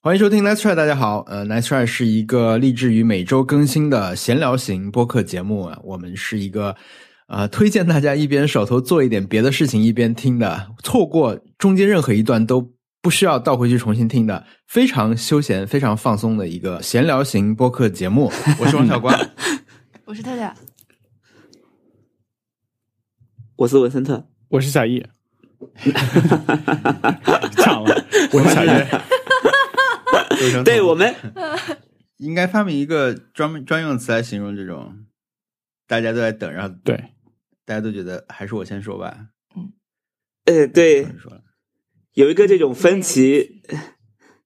欢迎收听 Nice Try，大家好。呃，Nice Try 是一个立志于每周更新的闲聊型播客节目，我们是一个呃推荐大家一边手头做一点别的事情一边听的，错过中间任何一段都不需要倒回去重新听的，非常休闲、非常放松的一个闲聊型播客节目。我是王小 光，我是特特，我是文森 特，我是小易，抢了， 我是小易。对我们应该发明一个专门专用词来形容这种，大家都在等，然后对大家都觉得还是我先说吧。呃，对有，人说了有一个这种分歧，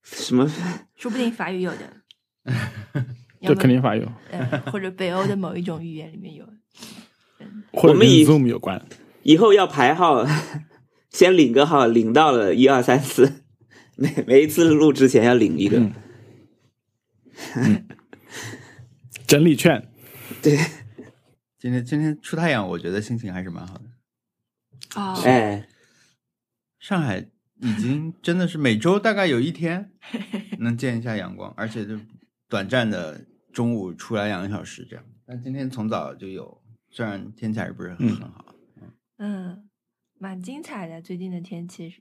什么说不定法语有的， 这肯定法有，呃，或者北欧的某一种语言里面 有。或我者跟们以 Zoom 有关。以后要排号，先领个号，领到了一二三四，每每一次录之前要领一个。嗯整理券，对，今天今天出太阳，我觉得心情还是蛮好的。哦，哎，上海已经真的是每周大概有一天能见一下阳光，而且就短暂的中午出来两个小时这样。但今天从早就有，虽然天气还是不是很嗯很好。嗯，蛮精彩的。最近的天气是，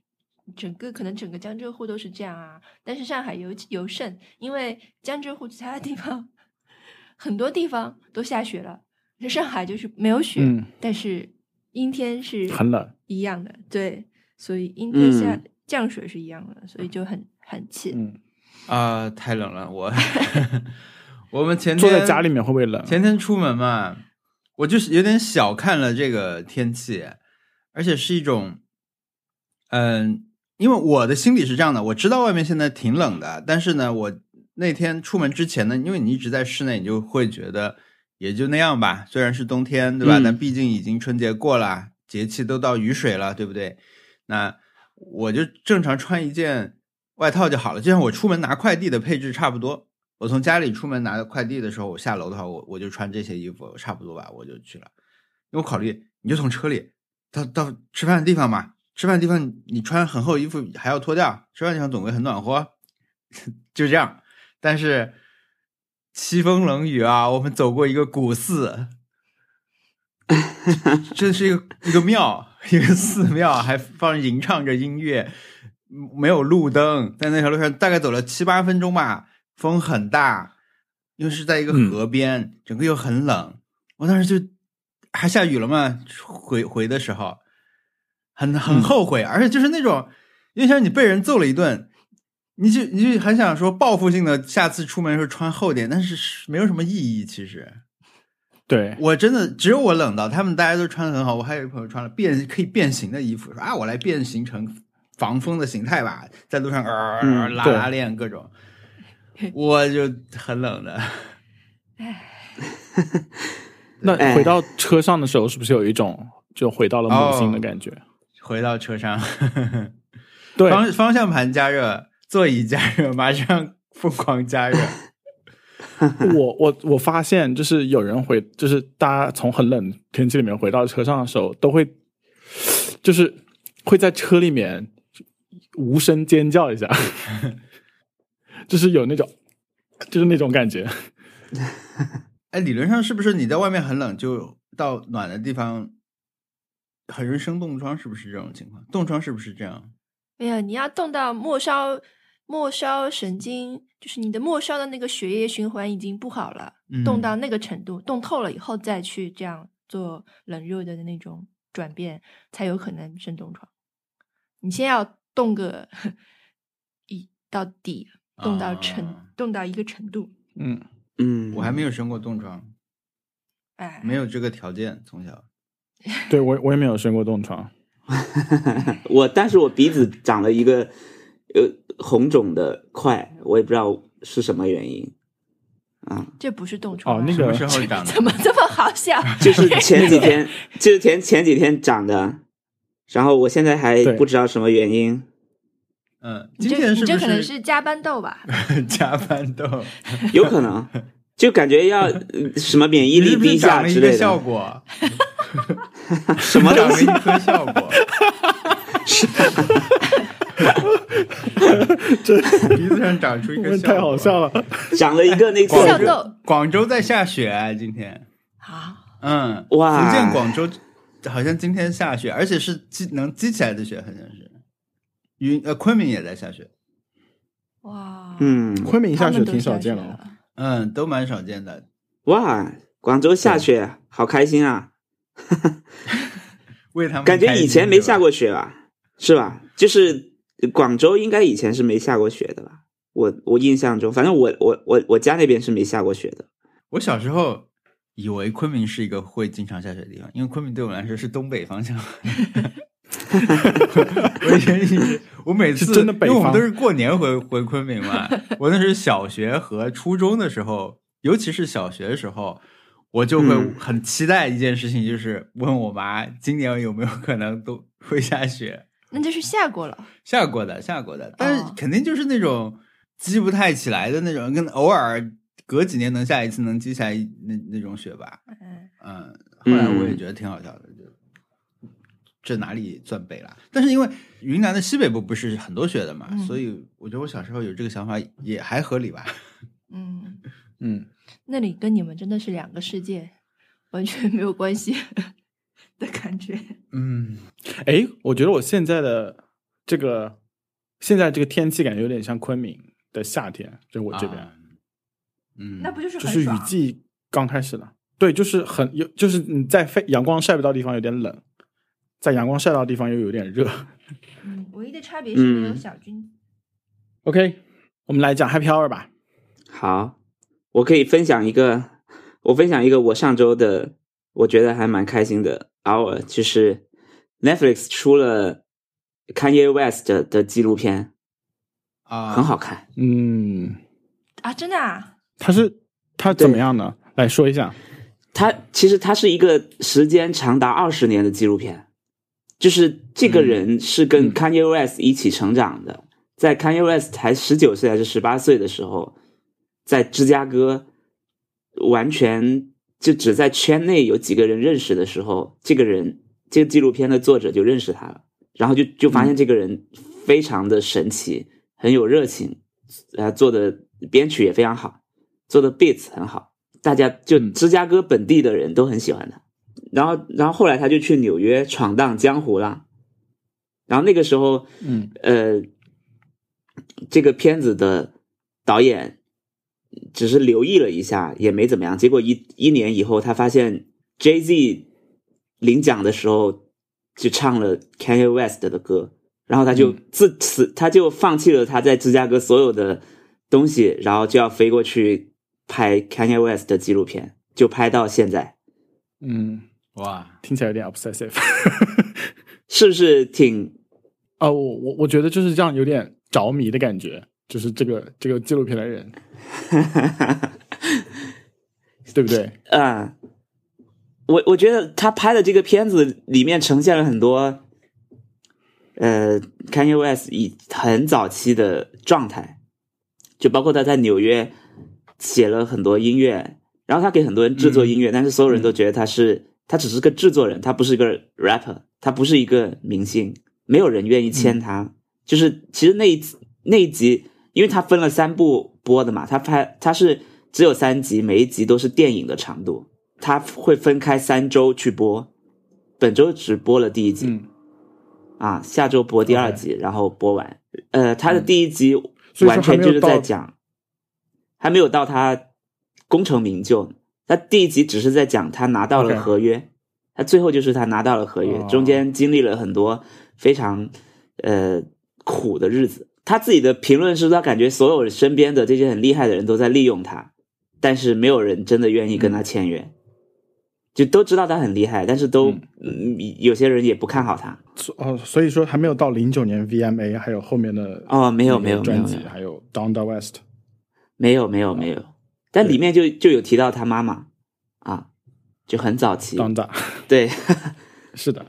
整个可能整个江浙沪都是这样啊，但是上海尤其尤甚，因为江浙沪其他的地方很多地方都下雪了，这上海就是没有雪，嗯，但是阴天是很冷，一样的，对，所以阴天下、嗯降水是一样的，所以就很很气。嗯，啊、太冷了， 我 我们前天坐在家里面会不会冷？啊前天出门嘛，我就是有点小看了这个天气，而且是一种，嗯，因为我的心里是这样的，我知道外面现在挺冷的，但是呢，我那天出门之前呢，因为你一直在室内，你就会觉得也就那样吧，虽然是冬天，对吧？嗯但毕竟已经春节过了，节气都到雨水了，对不对？那我就正常穿一件外套就好了，就像我出门拿快递的配置差不多。我从家里出门拿快递的时候，我下楼的话，我我就穿这些衣服，差不多吧，我就去了。因为我考虑，你就从车里到到吃饭的地方嘛，吃饭的地方你穿很厚衣服还要脱掉，吃饭地方总归很暖和， 就这样。但是凄风冷雨啊，我们走过一个古寺，这是一个一个庙，一个寺庙，还放吟唱着音乐，没有路灯，在那条路上大概走了七八分钟吧，风很大，又是在一个河边，整个又很冷，我当时就还下雨了嘛，回回的时候很嗯很后悔，而且就是那种，因为像你被人揍了一顿。你就你就很想说报复性的，下次出门的时候穿厚点，但是是没有什么意义。其实，对，我真的只有我冷到，他们大家都穿的很好。我还有一朋友穿了变可以变形的衣服，说啊，我来变形成防风的形态吧，在路上呃、嗯拉对拉链各种，我就很冷的。那哎回到车上的时候，是不是有一种就回到了母性的感觉？回到车上，对，方方向盘加热，座椅加热，马上疯狂加热。 我我我发现，就是有人回，就是大家从很冷天气里面回到车上的时候，都会，就是会在车里面无声尖叫一 下，就是有那种，就是那种感觉。哎，理论上是不是你在外面很冷，就到暖的地方很容易生冻疮？是不是这种情况？冻疮是不是这样？没有，哎你要动到末梢，末梢神经，就是你的末梢的那个血液循环已经不好了，嗯冻到那个程度，冻透了以后再去这样做冷热的那种转变，才有可能生冻疮。你先要冻个一到底，冻到程，啊冻到一个程度，嗯，嗯，我还没有生过冻疮。哎，没有这个条件，从小 对我我也没有生过冻疮，我，但是我鼻子长了一个呃红肿的块，我也不知道是什么原因，这不是冻疮、哦啊，那什么个时候长的？ 怎么这么好笑？就是前几 天，就是前前几天长的，然后我现在还对不知道什么原因。嗯，你今这天是你这不可能是加班痘吧？ 加班豆？有可能，就感觉要呃什么免疫你力是不低是长下了一之个类效的，果？什么长东了一 西？颗效果？这鼻子上长出一我个们笑，太好笑。 了。讲了一个那广笑州个豆广州在下雪，今天，啊，嗯，哇福建广州好像今天下雪，而且是积能积起来的雪，好像是。云呃，昆明也在下雪，哇，嗯昆明他下们雪都挺下少见雪的哦，了。嗯，都蛮少见的。哇，广州下雪，好开心啊！为他们感觉开心以前没下，对吧过雪吧，是吧？就是广州应该以前是没下过雪的吧？我我印象中，反正我我我我家那边是没下过雪的。我小时候以为昆明是一个会经常下雪的地方，因为昆明对我来说是东北方向。 我以前我每次是真的北因为我们方都是过年回回昆明嘛。我那是小学和初中的时候，尤其是小学的时候，我就会嗯很期待一件事情，就是问我妈今年有没有可能都会下雪。那就是下过了，下过的，下过的，但是哦肯定就是那种积不太起来的那种，跟偶尔隔几年能下一次，能积起来那那种雪吧。嗯，嗯，后来我也嗯觉得挺好笑的，就这哪里算北啦？但是因为云南的西北部不是很多雪的嘛，嗯所以我觉得我小时候有这个想法也还合理吧。嗯，嗯，那里跟你们真的是两个世界，完全没有关系的感觉。嗯，哎，我觉得我现在的这个现在这个天气感觉有点像昆明的夏天，就我这边、啊嗯，那不就是就很是雨爽季刚开始了，对，就是很有，就是你在非阳光晒不到地方有点冷，在阳光晒到的地方又有点热。嗯，唯一的差别是没有嗯小军。 OK，我们来讲 Happy Hour 吧。好，我可以分享一个，我分享一个我上周的，我觉得还蛮开心的 hour，就是 Netflix 出了 Kanye West 的的纪录片，啊，很好看。嗯，啊，真的啊，它是它怎么样呢？来说一下。它其实它是一个时间长达二十年的纪录片，就是这个人是跟嗯 Kanye West 一起成长的，在 Kanye West 才十九岁还是十八岁的时候，在芝加哥完全就只在圈内有几个人认识的时候，这个人这个纪录片的作者就认识他了，然后就就发现这个人非常的神奇，很有热情，呃，做的编曲也非常好，做的 beats 很好，大家就嗯芝加哥本地的人都很喜欢他。然后，然后后来他就去纽约闯荡江湖了。然后那个时候，嗯呃，这个片子的导演只是留意了一下，也没怎么样。结果一一年以后，他发现 Jay Z 领奖的时候就唱了 Kanye West 的歌，然后他就自此他就放弃了他在芝加哥所有的东西，然后就要飞过去拍 Kanye West 的纪录片，就拍到现在，嗯，哇， 听起来有点 obsessive。是不是挺啊，我我我觉得就是这样，有点着迷的感觉，就是这个这个纪录片的人，对不对？啊，我我觉得他拍的这个片子里面呈现了很多，呃，Kanye West 以很早期的状态，就包括他在纽约写了很多音乐，然后他给很多人制作音乐，但是所有人都觉得他是、他只是个制作人，他不是一个 rapper，他不是一个明星，没有人愿意签他。就是其实那一集那一集，因为他分了三部播的嘛，他拍他是只有三集，每一集都是电影的长度，他会分开三周去播。本周只播了第一集，嗯，啊，下周播第二 OK 嗯集然后播完。呃，他的第一集所以说完全就是还没在有到讲，还没有到他功成名就呢，他第一集只是在讲他拿到了 OK 合约，他最后就是他拿到了合约哦，中间经历了很多非常呃苦的日子。他自己的评论是他感觉所有身边的这些很厉害的人都在利用他，但是没有人真的愿意跟嗯他签约。就都知道他很厉害，但是都、嗯有些人也不看好他。所哦，所以说还没有到零九年 VMA，还有后面的哦没有没有那个没有专辑，没有还有 Down the West，没有，没有，没有。但里面就就有提到他妈妈啊，就很早期。当大对是的，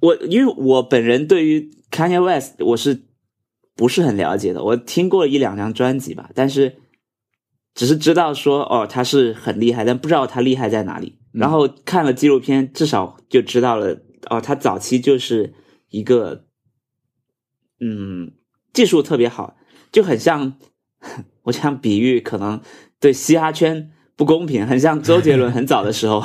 我，因为我本人对于 Kanye West 我是不是很了解的，我听过一两张专辑吧，但是只是知道说哦他是很厉害，但不知道他厉害在哪里。嗯然后看了纪录片，至少就知道了哦，他早期就是一个嗯技术特别好，就很像 我这样比喻，可能对嘻哈圈不公平，很像周杰伦很早的时候，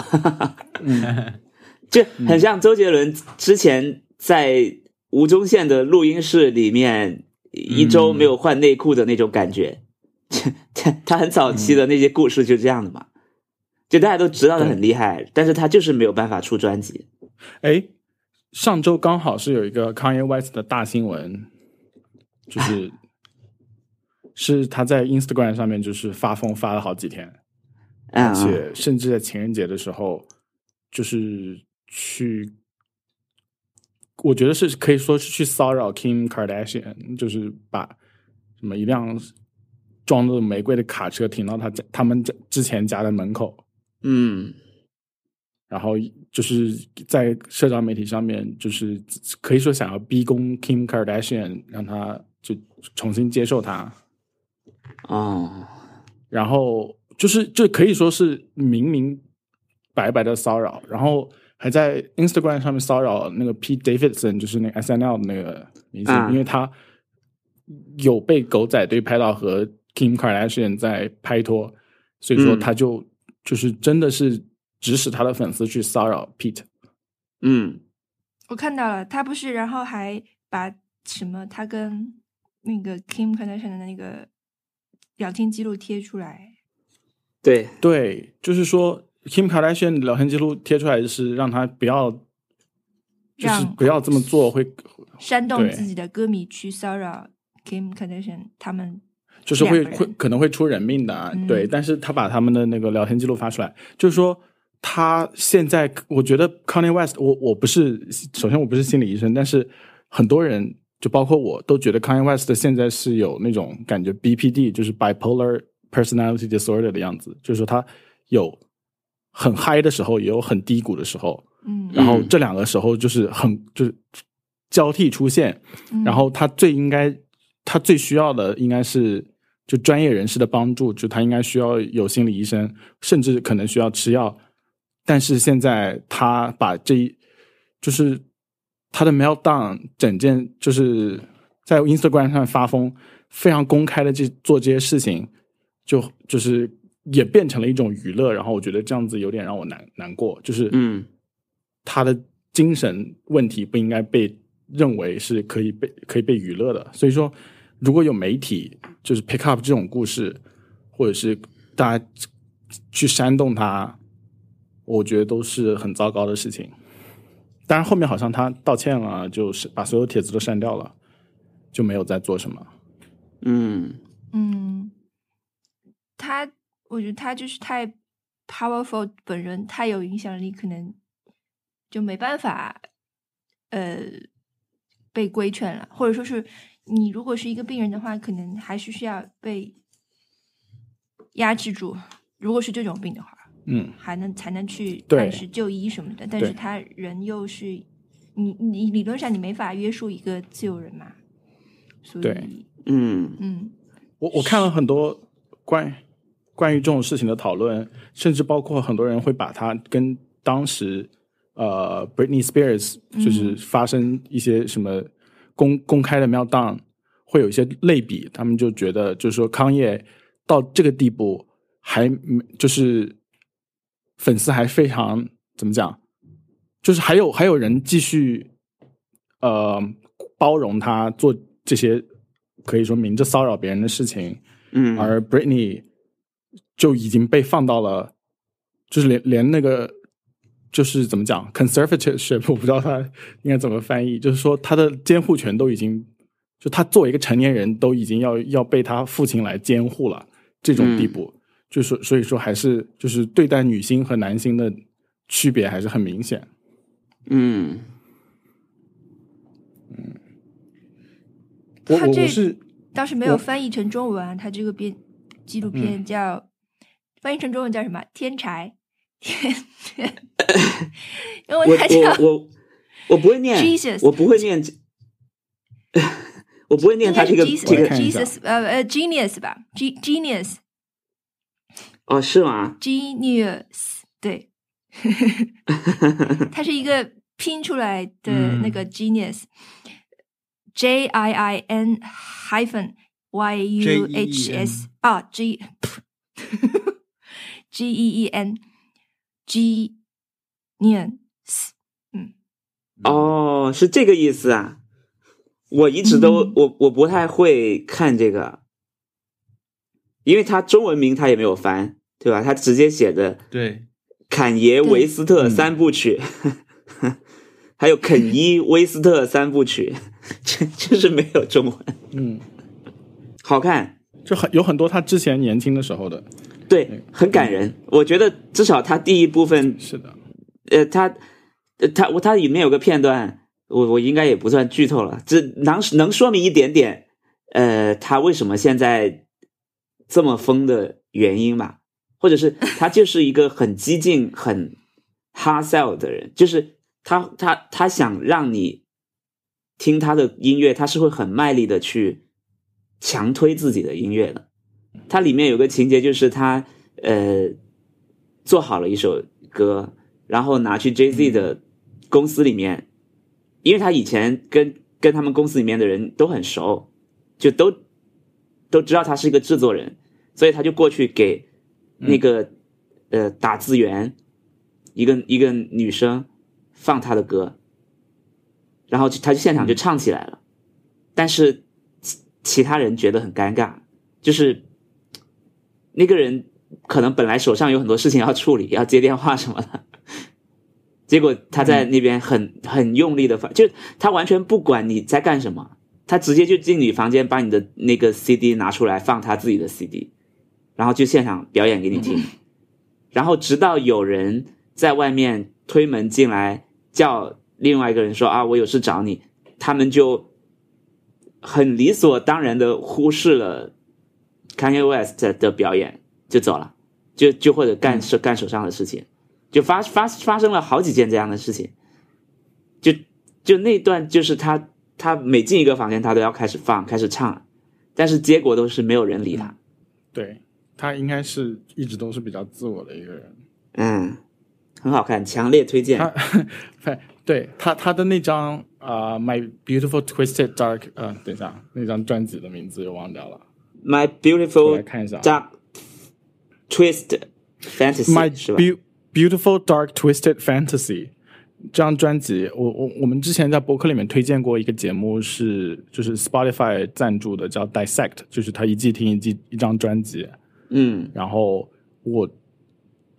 就很像周杰伦之前在吴宗宪的录音室里面一周没有换内裤的那种感觉。他他很早期的那些故事就这样的嘛，就大家都知道他很厉害，但是他就是没有办法出专辑。哎，上周刚好是有一个 Kanye West 的大新闻，就是哎是他在 Instagram 上面就是发疯发了好几天，嗯而，且甚至在情人节的时候，就是去，我觉得是可以说是去骚扰 Kim Kardashian，就是把什么一辆装着玫瑰的卡车停到他家他们家之前家的门口，嗯，然后就是在社交媒体上面，就是可以说想要逼宫 Kim Kardashian，让他就重新接受他，哦，然后就是就可以说是明明白白的骚扰，然后还在 Instagram 上面骚扰那个 Pete Davidson，就是那个 SNL 的那个明星，嗯因为他有被狗仔队拍到和 Kim Kardashian 在拍拖，所以说嗯他就、就是真的是指使他的粉丝去骚扰 Pete。嗯，我看到了，他不是，然后还把什么他跟那个 Kim Kardashian 的那个聊天记录贴出来，对，对，就是说 Kim Kardashian 聊天记录贴出来是让他不要，就是让不要这么做会，煽动对自己的歌迷去骚扰 Kim Kardashian 他们。就是两会个人会可能会出人命的、啊。嗯对，但是他把他们的那个聊天记录发出来，就是说他现在，我觉得 Kanye West，我我不是，首先我不是心理医生，但是很多人就包括我都觉得 Kanye West 现在是有那种感觉 BPD，就是 bipolar personality disorder 的样子，就是说他有很嗨的时候，也有很低谷的时候。嗯，然后这两个时候就是很就是交替出现，嗯然后他最应该他最需要的应该是就专业人士的帮助，就他应该需要有心理医生，甚至可能需要吃药，但是现在他把这一就是他的 meltdown 整件就是在 Instagram 上发疯，非常公开的这做这些事情，就就是。也变成了一种娱乐，然后我觉得这样子有点让我难难过，就是嗯他的精神问题不应该被认为是可以被可以被娱乐的。所以说，如果有媒体就是 pick up 这种故事，或者是大家去煽动他，我觉得都是很糟糕的事情。当然，后面好像他道歉了，就是把所有帖子都删掉了，就没有再做什么。嗯嗯，他，我觉得他就是太 powerful，本人太有影响力，可能就没办法，呃，被规劝了，或者说是你如果是一个病人的话，可能还是需要被压制住。如果是这种病的话，嗯，还能才能去对按时就医什么的，但对是他人又是你你理论上你没法约束一个自由人嘛，所对以嗯嗯。我我看了很多关关于这种事情的讨论，甚至包括很多人会把它跟当时呃 Britney Spears 嗯就是发生一些什么公、公开的 meltdown 会有一些类比，他们就觉得就是说康业到这个地步还没就是粉丝还非常怎么讲，就是还有还有人继续呃包容他做这些可以说明着骚扰别人的事情，嗯，而 Britney 就已经被放到了，就是连连那个就是怎么讲 conservatorship，我不知道他应该怎么翻译，就是说他的监护权都已经，就他作为一个成年人都已经要要被他父亲来监护了这种嗯地步，就所所以说还是就是对待女星和男星的区别还是很明显。嗯我他我这我是倒是没有我翻译成中文啊，它这个片纪录片嗯叫、翻译成中文叫什么？天才 天，因我为它叫我我我不会念 Jesus 我不会念， 我不会念应他该这是 Jesus 个这我来个看一下 Jesus 呃呃 Genius 吧，G Genius 哦，是吗？ Genius 对，它是一个拼出来的那个 Genius，、 J I I N hyphen Y U H S 啊 G G E E N G Nians，哦，是这个意思啊。我一直都、嗯我我不太会看这个，因为他中文名他也没有翻，对吧？他直接写的对，坎爷·维斯特嗯三部曲， 还有肯伊·威斯特三部曲， 这这是没有中文，嗯，好看，就很有很多他之前年轻的时候的，对，很感人。我觉得至少他第一部分，是的，呃，他呃他我他里面有个片段，我我应该也不算剧透了，这能能说明一点点，呃，他为什么现在这么疯的原因吧，或者是他就是一个很激进、很 hard sell 的人，就是他他他想让你听他的音乐，他是会很卖力的去强推自己的音乐的。它里面有个情节，就是他呃做好了一首歌，然后拿去 Jay Z 的公司里面，因为他以前跟跟他们公司里面的人都很熟，就都都知道他是一个制作人，所以他就过去给那个、呃打字员一个一个女生放他的歌，然后就他就现场就唱起来了，但是其其他人觉得很尴尬，就是那个人可能本来手上有很多事情要处理，要接电话什么的， 结果他在那边很、很用力的发，就是他完全不管你在干什么，他直接就进你房间把你的那个 CD 拿出来放他自己的 CD，然后就现场表演给你听，然后直到有人在外面推门进来叫另外一个人说啊我有事找你，他们就很理所当然的忽视了 Kanye West 的的表演就走了，就就或者干手干手上的事情，就发发发生了好几件这样的事情，就就那段就是他他每进一个房间他都要开始放开始唱，但是结果都是没有人理他，对他应该是一直都是比较自我的一个人。嗯，很好看，强烈推荐， 他，对，啊对他他的那张啊、呃 My Beautiful Twisted Dark，呃，等一下，那张专辑的名字又忘掉了， My 我来 Beautiful 看一下啊 Dark Twist Fantasy My 是吧？ Beau- Beautiful Dark Twisted Fantasy 这张专辑，我我我们之前在博客里面推荐过一个节目是，就是 Spotify 赞助的，叫 Dissect，就是他一季听一季一张专辑。嗯然后我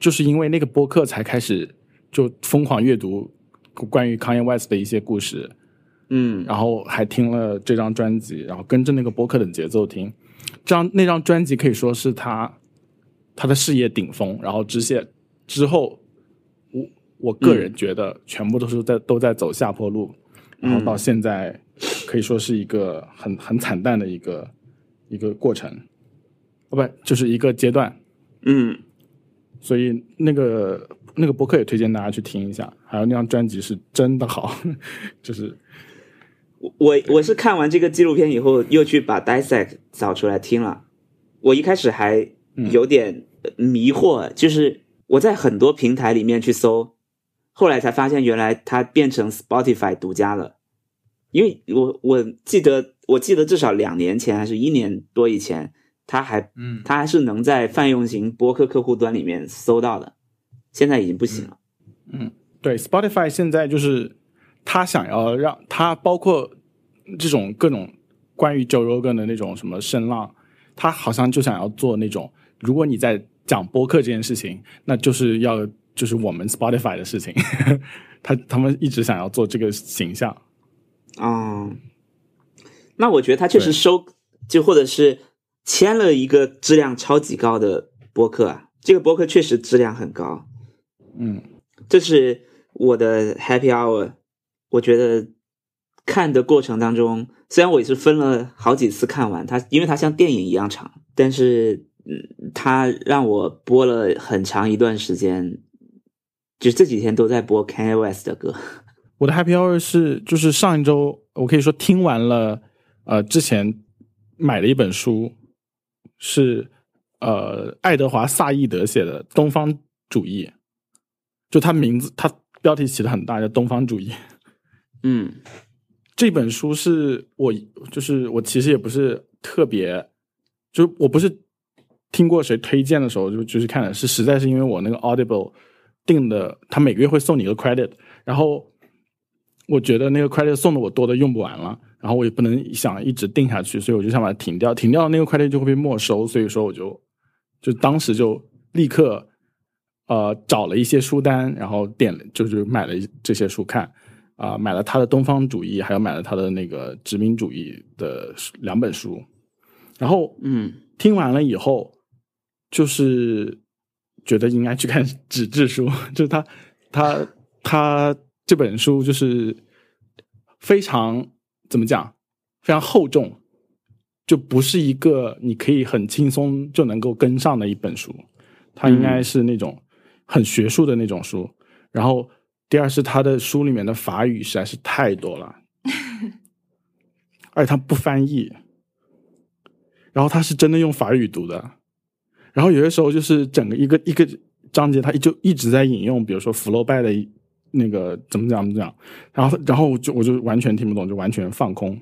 就是因为那个播客才开始就疯狂阅读关于 Kanye West 的一些故事，嗯然后还听了这张专辑，然后跟着那个播客的节奏听。这张那张专辑可以说是他他的事业顶峰，然后之现之后，我我个人觉得全部都是在、都在走下坡路，然后到现在可以说是一个很很惨淡的一个一个过程，哦不就是一个阶段。嗯，所以那个那个播客也推荐大家去听一下，还有那张专辑是真的好， 就是我我是看完这个纪录片以后，又去把 Dissect 找出来听了。我一开始还有点迷惑，就是我在很多平台里面去搜，后来才发现原来它变成 Spotify 独家了。因为我我记得我记得至少两年前还是一年多以前，它还嗯，它还是能在泛用型播客客户端里面搜到的，现在已经不行了。对，Spotify 现在就是他想要让他包括这种各种关于 Joe Rogan 的那种什么声浪，他好像就想要做那种，如果你在讲播客这件事情，那就是要就是我们 Spotify 的事情， 他他们一直想要做这个形象，嗯，那我觉得他确实对收，就或者是签了一个质量超级高的播客啊，这个播客确实质量很高。嗯，这是我的 Happy Hour，我觉得看的过程当中，虽然我也是分了好几次看完它，因为它像电影一样长，但是嗯，它让我播了很长一段时间，就这几天都在播 Kanye West 的歌。我的 Happy Hour 是就是上一周我可以说听完了，呃，之前买了一本书，是呃爱德华萨义德写的《东方主义》，就他名字他标题起的很大，叫《东方主义》。嗯这本书是我就是我其实也不是特别，就我不是听过谁推荐的时候就就去看的，是实在是因为我那个 Audible 定的，他每个月会送你一个 credit，然后我觉得那个 credit 送的我多的用不完了，然后我也不能想一直定下去，所以我就想把它停掉，停掉那个 credit 就会被没收，所以说我就就当时就立刻呃找了一些书单，然后点就是买了这些书看。啊、买了他的《东方主义》，还有买了他的那个《殖民主义》的两本书，然后嗯，听完了以后，就是觉得应该去看纸质书， 就是他他他这本书就是非常怎么讲，非常厚重，就不是一个你可以很轻松就能够跟上的一本书，它应该是那种很学术的那种书。然后第二是他的书里面的法语实在是太多了，而且他不翻译。然后他是真的用法语读的，然后有些时候就是整个一个一个章节，他就一直在引用，比如说福楼拜的一那个怎么讲怎么讲，然后然后我就我就完全听不懂，就完全放空，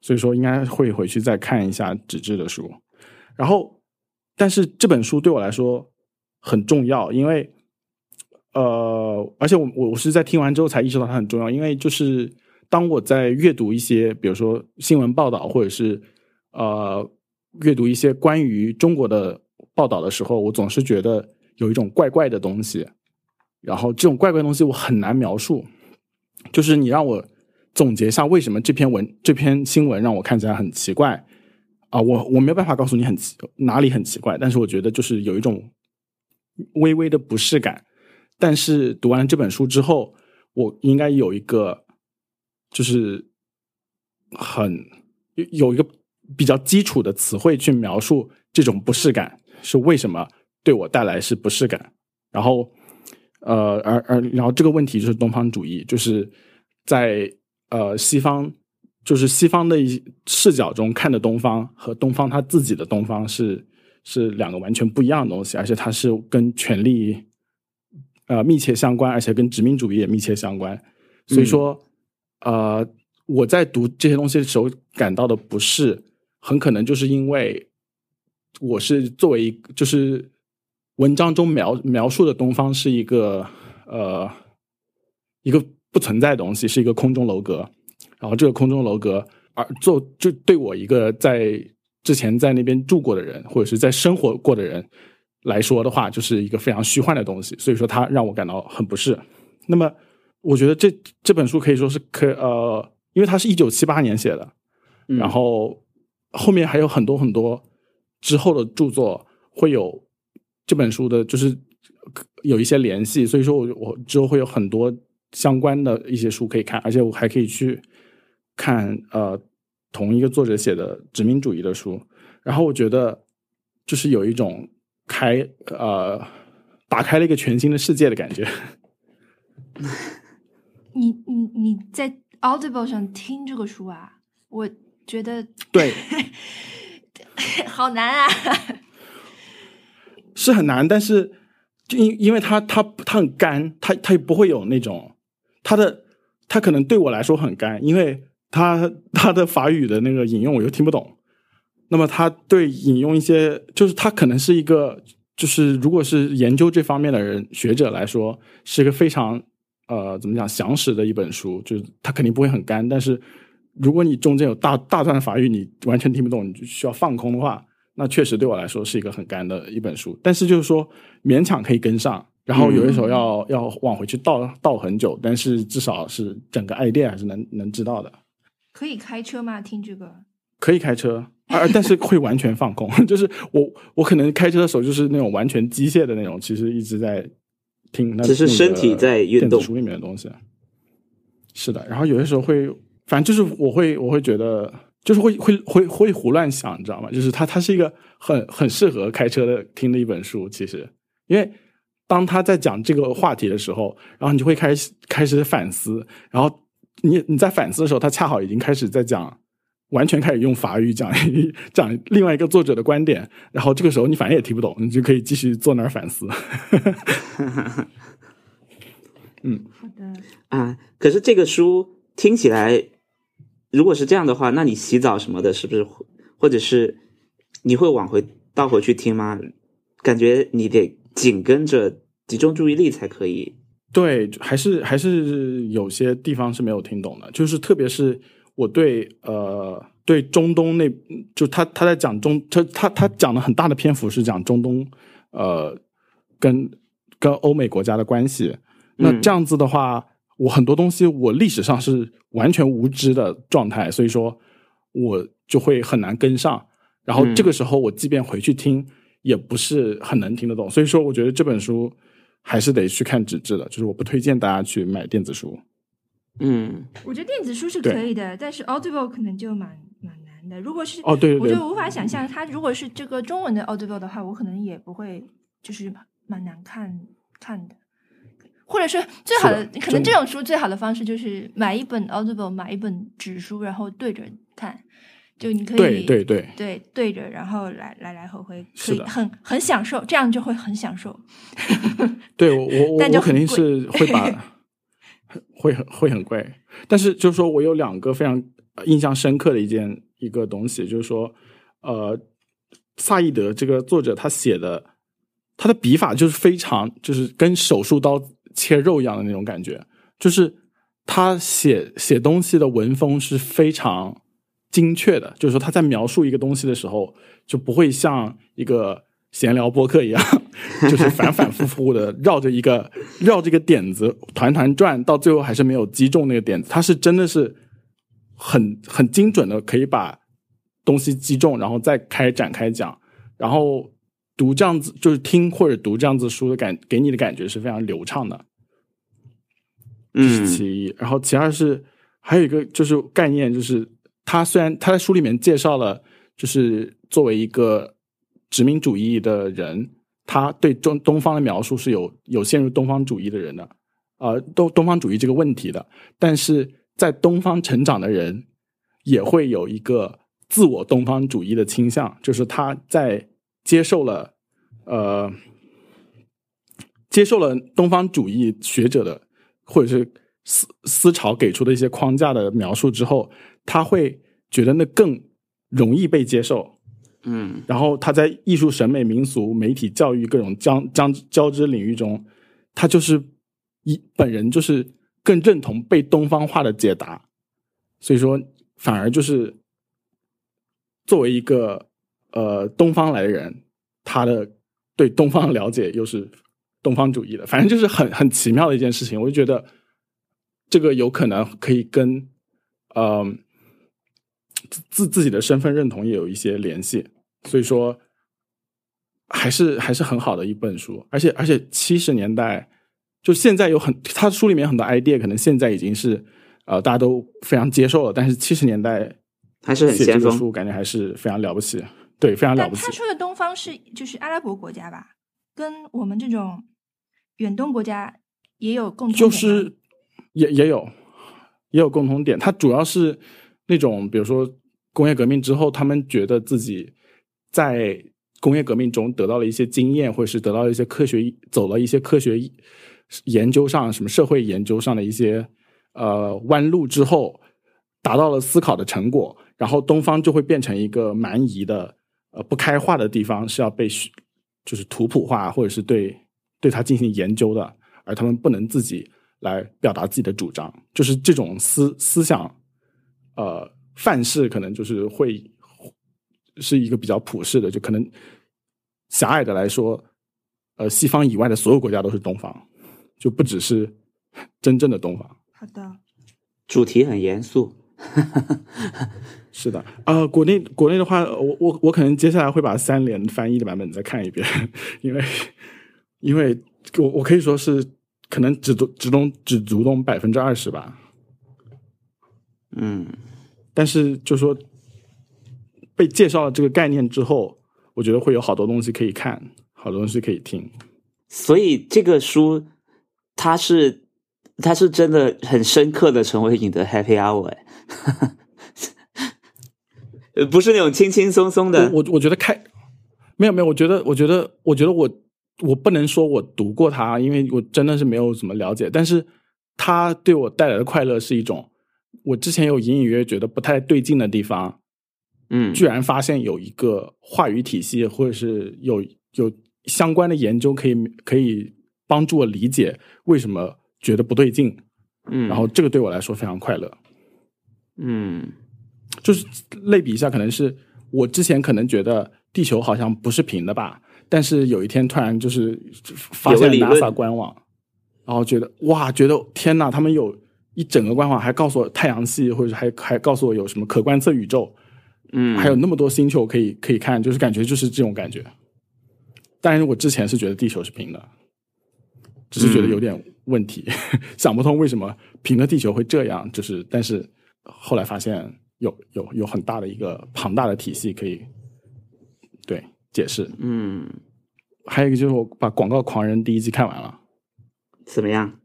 所以说应该会回去再看一下纸质的书，然后但是这本书对我来说很重要，因为呃，而且我我我是在听完之后才意识到它很重要，因为就是当我在阅读一些，比如说新闻报道，或者是呃阅读一些关于中国的报道的时候，我总是觉得有一种怪怪的东西，然后这种怪怪的东西我很难描述，就是你让我总结一下为什么这篇文这篇新闻让我看起来很奇怪啊、我我没有办法告诉你很奇哪里很奇怪，但是我觉得就是有一种微微的不适感。但是读完了这本书之后，我应该有一个就是很有有一个比较基础的词汇去描述这种不适感是为什么对我带来是不适感。然后，呃，而而然后这个问题就是东方主义，就是在呃西方，就是西方的一视角中看的东方和东方他自己的东方是是两个完全不一样的东西，而且它是跟权力呃密切相关，而且跟殖民主义也密切相关。所以说，呃，我在读这些东西的时候感到的不适，很可能就是因为我是作为一个就是文章中描描述的东方是一个呃一个不存在的东西，是一个空中楼阁。然后这个空中楼阁，而做就对我一个在之前在那边住过的人，或者是在生活过的人来说的话，就是一个非常虚幻的东西。所以说，它让我感到很不适。那么，我觉得这这本书可以说是可呃，因为它是一九七八年写的，嗯然后后面还有很多很多之后的著作会有这本书的，就是有一些联系，所以说我我之后会有很多相关的一些书可以看，而且我还可以去看呃同一个作者写的殖民主义的书，然后我觉得就是有一种开呃打开了一个全新的世界的感觉。你你你在 Audible 上听这个书啊？我觉得对， 好难啊！是很难，但是就因因为它它它很干，它它也不会有那种它的它可能对我来说很干，因为它它的法语的那个引用我又听不懂。那么它对引用一些，就是它可能是一个，就是如果是研究这方面的人学者来说，是一个非常呃怎么讲详实的一本书，就是它肯定不会很干，但是。如果你中间有大大段法语，你完全听不懂，你就需要放空的话，那确实对我来说是一个很干的一本书，但是就是说勉强可以跟上，然后有的时候要、要往回去倒倒很久，但是至少是整个 idea 还是能能知道的。可以开车吗？听这个？可以开车，而但是会完全放空， 就是我我可能开车的时候就是那种完全机械的那种，其实一直在听那，只是那个身体在运动电子书里面的东西。是的，然后有些时候会，反正就是我会我会觉得，就是会会会会胡乱想，你知道吗？就是它它是一个很很适合开车的听的一本书，其实因为。当他在讲这个话题的时候，然后你就会开始开始反思，然后你你在反思的时候，他恰好已经开始在讲，完全开始用法语讲讲另外一个作者的观点，然后这个时候你反正也听不懂，你就可以继续坐那儿反思。好的，啊，可是这个书听起来如果是这样的话，那你洗澡什么的，是不是会或者是你会往回倒回去听吗？感觉你得紧跟着集中注意力才可以。对，还是还是有些地方是没有听懂的，就是特别是我对呃对中东那，就他他在讲中，他他他讲的很大的篇幅是讲中东呃跟跟欧美国家的关系。那嗯这样子的话，我很多东西我历史上是完全无知的状态，所以说我就会很难跟上。然后嗯这个时候我即便回去听，也不是很能听得懂。所以说，我觉得这本书还是得去看纸质的，就是我不推荐大家去买电子书。嗯，我觉得电子书是对可以的，但是 Audible 可能就蛮蛮难的。如果是哦对对我对就无法想象，它如果是这个中文的 Audible 的话，我可能也不会，就是蛮难看看的。或者是最好的，是的可能真的这种书最好的方式就是买一本 Audible，买一本纸书，然后对着看，就你可以对对对，对对着，然后来来来回回，可是以的很很享受，这样就会很享受。对我我但我就我肯很贵定是会把 会很会很贵，但是就是说我有两个非常呃印象深刻的一件一个东西，就是说呃，萨义德这个作者他写的他的笔法就是非常就是跟手术刀切肉一样的那种感觉，就是他写写东西的文风是非常精确的，就是说他在描述一个东西的时候，就不会像一个闲聊播客一样， 就是反反复复的绕着一个绕这个点子团团转，到最后还是没有击中那个点子。他是真的是很很精准的，可以把东西击中，然后再开展开讲。然后读这样子，就是听或者读这样子书的感，给你的感觉是非常流畅的。这是嗯，其一。然后其二是还有一个就是概念，就是他虽然他在书里面介绍了，就是作为一个殖民主义的人，他对中东方的描述是有有陷入东方主义的人的，呃，东东方主义这个问题的。但是在东方成长的人也会有一个自我东方主义的倾向，就是他在接受了呃接受了东方主义学者的或者是思思潮给出的一些框架的描述之后，他会觉得那更容易被接受，嗯，然后他在艺术、审美、民俗、媒体、教育各种交交交织领域中，他就是一本人就是更认同被东方化的解答，所以说反而就是作为一个呃东方来的人，他的对东方的了解又是东方主义的，反正就是很很奇妙的一件事情。我就觉得这个有可能可以跟嗯、呃自自己的身份认同也有一些联系。所以说还是还是很好的一本书，而且而且七十年代就现在有很，他书里面很多 idea 可能现在已经是呃大家都非常接受了，但是七十年代还是很写这先个锋。书感觉还是非常了不起，对，非常了但不起他，说的东方是就是阿拉伯国家吧，跟我们这种远东国家也有共同点就吗是也也有也有共同点，它主要是那种比如说工业革命之后，他们觉得自己在工业革命中得到了一些经验，或者是得到了一些科学，走了一些科学研究上什么社会研究上的一些呃弯路之后，达到了思考的成果，然后东方就会变成一个蛮夷的呃不开化的地方，是要被学就是图谱化，或者是对对它进行研究的，而他们不能自己来表达自己的主张，就是这种思思想呃范式，可能就是会是一个比较普世的，就可能狭隘的来说，呃，西方以外的所有国家都是东方，就不只是真正的东方。好的，主题很严肃。是的，呃，国内国内的话，呃我我我可能接下来会把三联翻译的版本再看一遍， 因为因为我我可以说是可能只读只懂只读懂百分之二十吧，嗯但是就说被介绍了这个概念之后，我觉得会有好多东西可以看，好多东西可以听。，所以这个书它是它是真的很深刻的成为你的 happy hour，哎 呃不是那种轻轻松松的我我我觉得开没有没有，我觉得我觉得我觉得我我不能说我读过它，因为我真的是没有怎么了解。但是它对我带来的快乐是一种我之前有隐隐约约觉得不太对劲的地方，嗯，居然发现有一个话语体系，或者是有有相关的研究可以可以帮助我理解为什么觉得不对劲，嗯，然后这个对我来说非常快乐。嗯就是类比一下，可能是我之前可能觉得地球好像不是平的吧，但是有一天突然就是发有个现理论 NASA 官网，然后觉得哇，觉得天呐，他们有一整个官网还告诉我太阳系，或者还还告诉我有什么可观测宇宙，嗯，还有那么多星球可以可以看，就是感觉就是这种感觉。但是我之前是觉得地球是平的，只是觉得有点问题， 想不通为什么平的地球会这样。就是，但是后来发现有有有很大的一个庞大的体系可以对解释。嗯还有一个就是我把《广告狂人》第一季看完了，怎么样？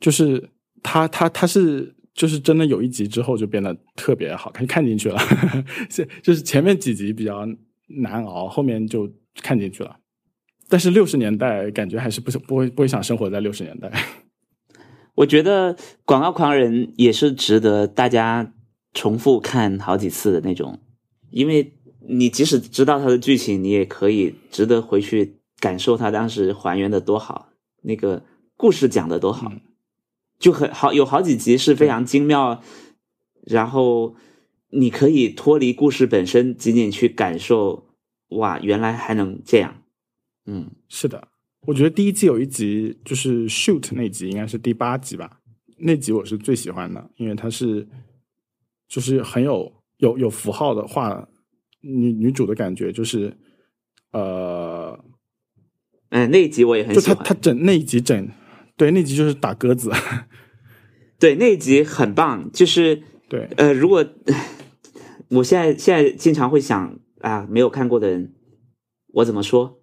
就是他他他是就是真的有一集之后就变得特别好看，看进去了。 是就是前面几集比较难熬，后面就看进去了。但是六十年代感觉还是不不会不会想生活在六十年代。 我觉得《广告狂人》也是值得大家重复看好几次的那种，因为你即使知道它的剧情，你也可以值得回去感受它当时还原的多好，那个故事讲的多好，嗯就很好，有好几集是非常精妙，然后你可以脱离故事本身，仅仅去感受，哇，原来还能这样，嗯是的，我觉得第一季有一集就是 shoot 那集，应该是第八集吧。那集我是最喜欢的，因为它是就是很有有有符号的话，女女主的感觉就是呃，嗯、那一集我也很就喜他欢，他整那一集整，对那集就是打鸽子，对那一集很棒，就是。对，呃，如果我现在现在经常会想啊，没有看过的人，我怎么说？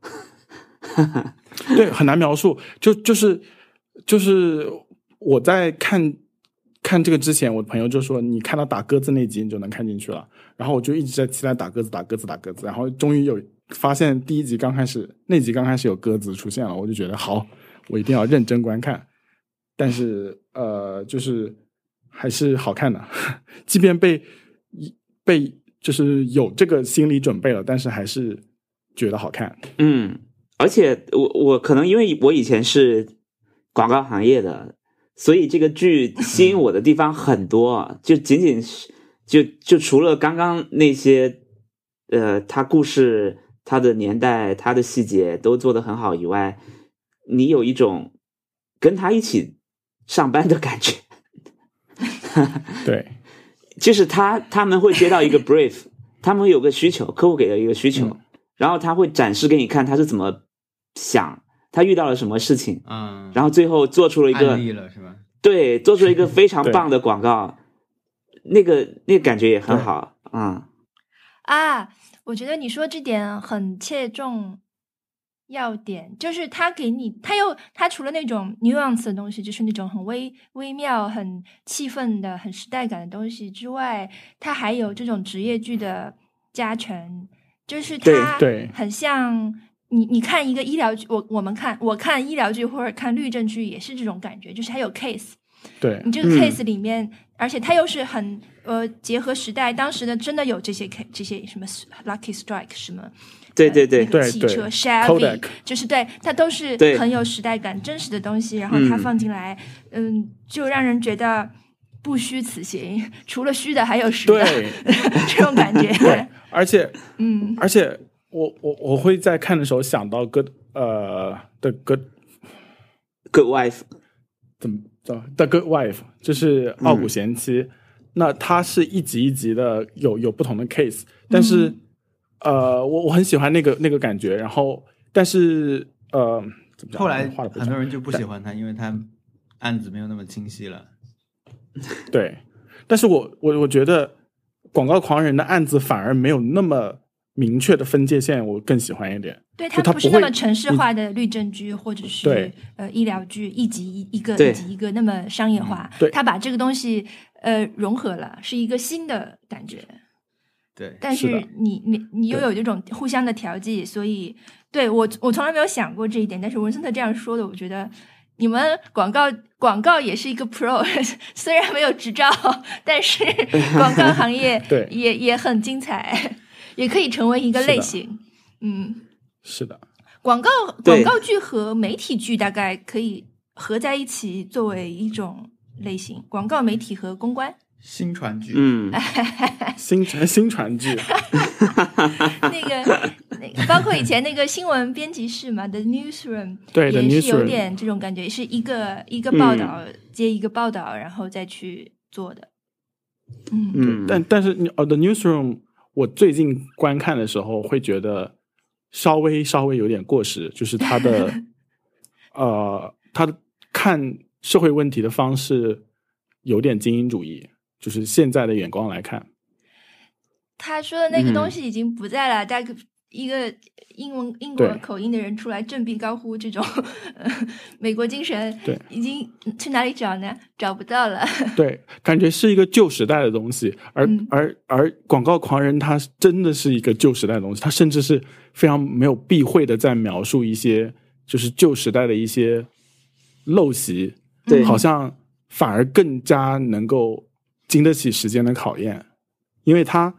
对，很难描述。就就是就是我在看看这个之前，我朋友就说你看到打鸽子那集，你就能看进去了。然后我就一直在期待打鸽子、打鸽子、打鸽子。然后终于有发现第一集刚开始那集刚开始有鸽子出现了，我就觉得好，我一定要认真观看。但是呃，就是还是好看的， 即便被被就是有这个心理准备了，但是还是觉得好看。嗯，而且我我可能因为我以前是广告行业的，所以这个剧吸引我的地方很多，啊就仅仅是就就除了刚刚那些，呃，它故事、它的年代、它的细节都做得很好以外，你有一种跟他一起上班的感觉。对。就是他他们会接到一个 brief，他们有个需求，客户给了一个需求，嗯然后他会展示给你看他是怎么想，他遇到了什么事情，嗯，然后最后做出了一个案例了是吧？对，做出了一个非常对棒的广告，那个那个感觉也很好啊、啊，我觉得你说这点很切中要点，就是他给你，他又他除了那种 nuance 的东西，就是那种很微微妙、很气氛的、很时代感的东西之外，他还有这种职业剧的加成，就是对他对很像。你你看一个医疗剧，我我们看我看医疗剧或者看律政剧也是这种感觉，就是它有 case，对你这个嗯 case 里面，而且它又是很呃结合时代，当时的真的有这些 case，这些什么 Lucky Strike 什么，对对对呃那个对汽对车 Kodak Chevy，就是对它都是对很有时代感、真实的东西，然后它嗯放进来，嗯就让人觉得不虚此行，除了虚的还有实的，对 这种感觉对，，而且嗯，而且我我我会在看的时候想到 good 呃的 good g o o d wife，怎么呃的 The Good Wife，就是《傲嗯骨贤妻》那它是一集一集的有有不同的 case，但嗯是、呃，我我很喜欢那个那个感觉，然后但是呃，怎么讲后来话都不很讲多人就不喜欢他，因为他案子没有那么清晰了。对，但是我我我觉得广告狂人的案子反而没有那么明确的分界线，我更喜欢一点。对，就它它不是不那会么城市化的律政剧或者是对呃医疗剧，一集一一个对一集一个那么商业化。嗯对它把这个东西呃融合了，是一个新的感觉。对，但是的是你你你又对有这种互相的调剂，所以对我我从来没有想过这一点。但是文森特这样说的，我觉得你们广告广告也是一个 pro，虽 然没有执照，但 是广告行业对也也很精彩，也可以成为一个是的类型。嗯，是的，广告广对告剧和媒体剧大概可以合在一起作为一种类型，广告媒体和公 关。新传剧，嗯，哎新传新传剧，那个那个，包括以前那个新闻编辑室嘛，The Newsroom， 对，The 也是有 Newsroom 嗯点这种感觉，是一个一个报道、接一个报道，然后再去做的。嗯，嗯，但但是你哦，The Newsroom，我最近观看的时候会觉得稍微稍微有点过时，就是它的呃，它的看社会问题的方式有点精英主义，就是现在的眼光来看，他说的那个嗯东西已经不在了，大概一个英文英国对口音的人出来振臂高呼这种、呃、美国精神，对，已经去哪里找呢？找不到了。对，感觉是一个旧时代的东西，而、嗯而而广告狂人他真的是一个旧时代的东西，他甚至是非常没有避讳的在描述一些就是旧时代的一些陋习，嗯对好像反而更加能够经得起时间的考验，因为他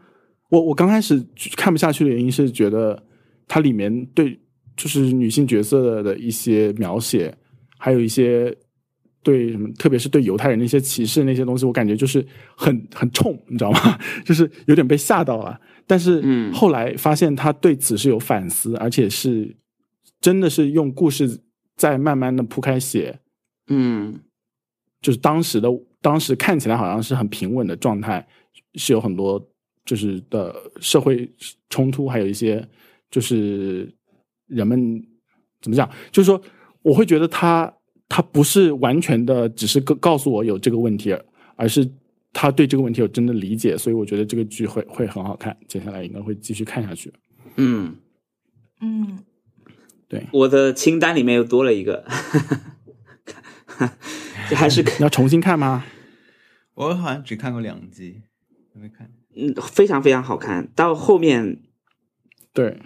我我刚开始看不下去的原因是觉得它里面对就是女性角色的一些描写，还有一些对什么，特别是对犹太人的一些歧视那些东西，我感觉就是很 很冲，你知道吗？就是有点被吓到了。但是嗯后来发现他对此是有反思，而且是真的是用故事在慢慢的铺开写，嗯就是当时的当时看起来好像是很平稳的状态，是有很多就是的社会冲突，还有一些就是人们怎么讲，就是说我会觉得他他不是完全的只是告告诉我有这个问题，而是他对这个问题有真的理解，所以我觉得这个剧会会很好看，接下来应该会继续看下去。嗯，嗯，我的清单里面又多了一个， 这还是你要重新看吗？我好像只看过两集，还没看。嗯非常非常好看。到后面对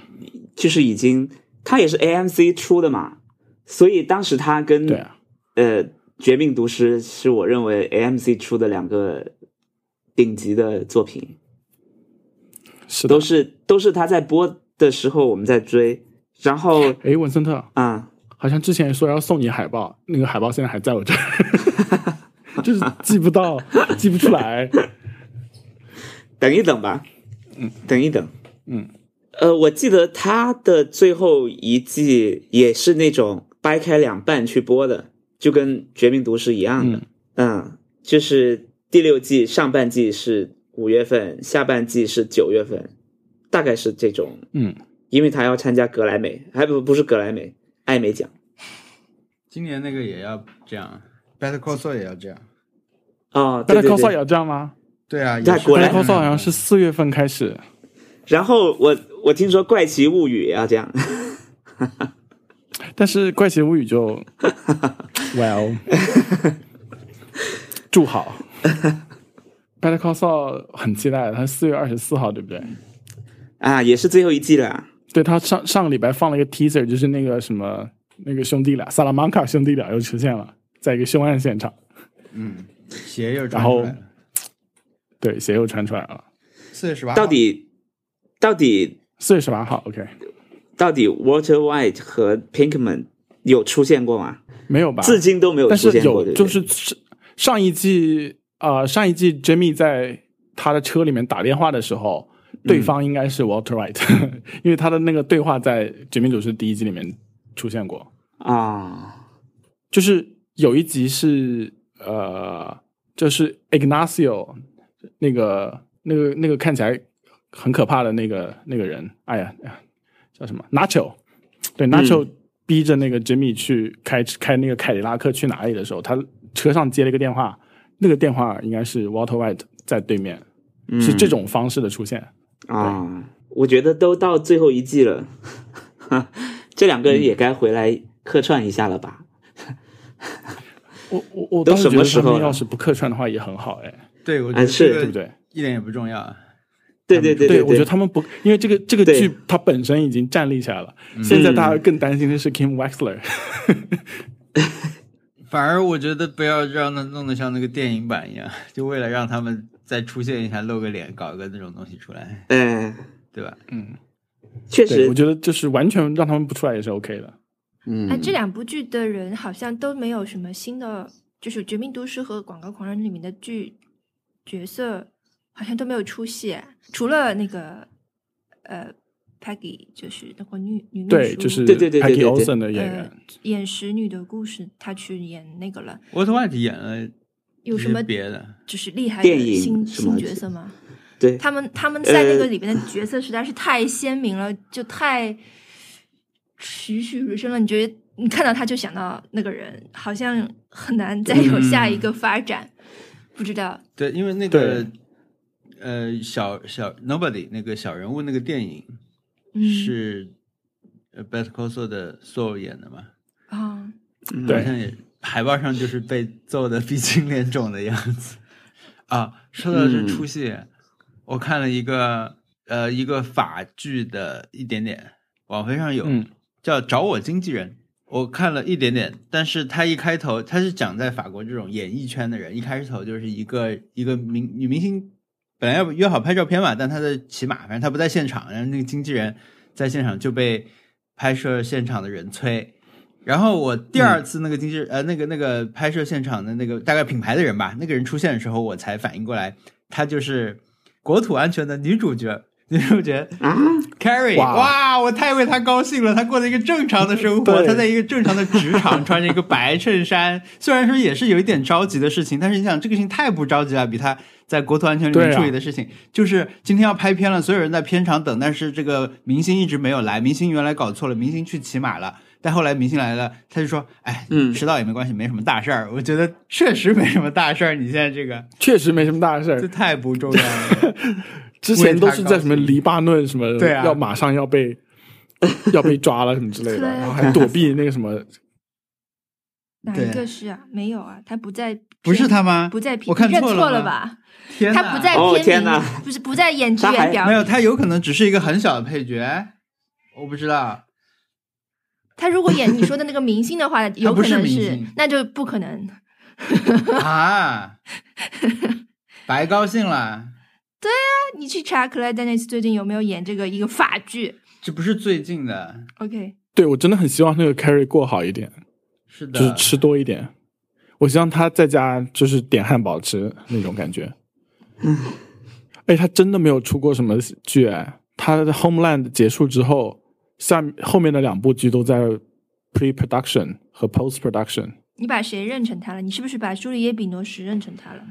就是已经，它也是 AMC 出的嘛，所以当时它跟对啊，呃，《绝命毒师》是我认为 AMC 出的两个顶级的作品，是的都。是都是他在播的时候我们在追，然 后哎，文森特，啊、好像之前说要送你海报，那个海报现在还在我这 儿，就是记不到，记不出来。等一等吧，嗯，等一等，嗯，呃，我记得他的最后一季也是那种掰开两半去播的，就跟《绝命毒师》一样的，嗯就是第六季上半季是五月份，下半季是九月份，大概是这种嗯，因为他要参加格莱美，还不不是格莱美，艾美奖。今年那个也要这样，Better 啊 Call Saul 也要这样。哦，但对是对 cos 也对。要这样吗？对啊，也对是果但然是 cos 好像是四月份开始，然后我我听说《怪奇物语》也啊要这样，但是怪奇物 语就，well，祝好。Better Call Saul 很期待，它四月二十四号，对不对？啊，也是最后一季了。啊对，他上上个礼拜放了一个 teaser，就是那个什么那个兄弟俩，萨拉曼卡兄弟俩又出现了，在一个凶案现场，嗯，鞋又然穿后出来了。对，鞋又穿出来了。四月十八，到底到底四月十八号，OK，到底 Walter White 和 Pinkman 有出现过吗？没有吧？至今都没有但出是现过，对有，不对就是上上一季啊、呃上一季 Jimmy 在他的车里面打电话的时候，嗯对方应该是 Walter White，、因 为他的那个对话在《绝命主持》第一季里面出现过。啊，就是有一集是呃，就是 Ignacio 那个那个那个看起来很可怕的那个那个人，哎呀，哎呀叫什么 Nacho？对，Nacho 嗯逼着那个 Jimmy 去开开那个凯迪拉克去哪里的时候，他车上接了一个电话，那个电话应该是 Walter White 在对面，嗯是这种方式的出现。啊，我觉得都到最后一季了， 这两个人也该回来客串一下了嗯吧？我我我都当时什觉么得时他候们了要是不客串的话也很好，哎，对我觉哎得是这个对不对？一点也不重要。啊对对对对，我觉得他们不，因为这个这个对嗯剧它本身已经站立起来了，现在大家更担心的是 Kim Wexler，反而我觉得不要让它弄得像那个电影版一样， 就为了让他们再出现一下，露个脸，搞一个那种东西出来，嗯，对吧？嗯，确对，实我，觉得就是完全让他们不出来也是 OK 的。嗯哎，，这两部剧的人好像都没有什么新的，就是《绝命毒师》和《广告狂人》里面的剧角色好像都没有出戏，除了那个呃，Peggy 就是那个女女秘对，书就是嗯对对对对 Patty 对对嗯 Olsen 的演呃员，演《使女的故事》，她去演那个了，沃特 t 演了有一什些么别的？就是厉害电的影新什么新角色吗？哎对，他们他们在那个呃里面的角色实在是太鲜明了，就太栩栩如生了。你觉得你看到他就想到那个人，好像很难再有嗯下一个发展。不知道，对，因为那个对呃小小 Nobody 那个小人物那个电影嗯，是呃 Beth c o s o 的 Soul 演的嘛？啊、嗯好对像也海报上就是被揍的鼻青脸肿的样子啊。说到这嗯出戏，我看了一个呃一个法剧的一点点，网飞上有，嗯叫《找我经纪人》，我看了一点点，但是他一开头他是讲在法国这种演艺圈的人，一开头就是一个一个明女明星，本来要约好拍照片嘛，但她在骑马，反正她不在现场，然后那个经纪人在现场就被拍摄现场的人催。然后我第二次那个经纪人、呃那个那个拍摄现场的那个大概品牌的人吧，那个人出现的时候，我才反应过来，她就是国土安全的女主角，女主角啊， Carrie，哇哇，我太为他高兴了。他过了一个正常的生活，对他在一个正常的职场，穿着一个白衬 衫，虽然说也是有一点着急的事情，但是你想，这个事情太不着急了，比他在国土安全里面 对啊处理的事情，就是今天要拍片了，所有人在片场等，但是这个明星一直没有来，明星原来搞错了，明星去骑马了。但后来明星来了，他就说：“哎，嗯迟到也没关系，没什么大事儿。”我觉得确实没什么大事儿。你现在这个，确实没什么大事这儿。太不重要 了。之为前都他是高在什么兴黎巴嫩什么，对啊要马上要被 要被抓了什么之类的，对啊然后还躲避那个什么，哪对一个是啊？没有啊，他不在，不是，他吗？不在片，我看认错了错了吗吧？天哪，他不在哦片天名，哪不是不在演职他员还表没里，有，他有可能只是一个很小的配角，我不知道。他如果演你说的那个明星 的话，有不可是能明是星，那就不可能。啊，白高兴了，那你去查 Claire Danes 最近有没有演这个一个法剧这不是最近的， ？OK，对我真的很希望那个 Carrie 过好一点，是的，就是吃多一点。我希望他在家就是点汉堡吃那种感觉。嗯哎，他真的没有出过什么剧哎，他的《Homeland》结束之后，下面后面的两部剧都在 pre production 和 post production。你把谁认成他了？你是不是把朱丽叶·比诺什认成他了？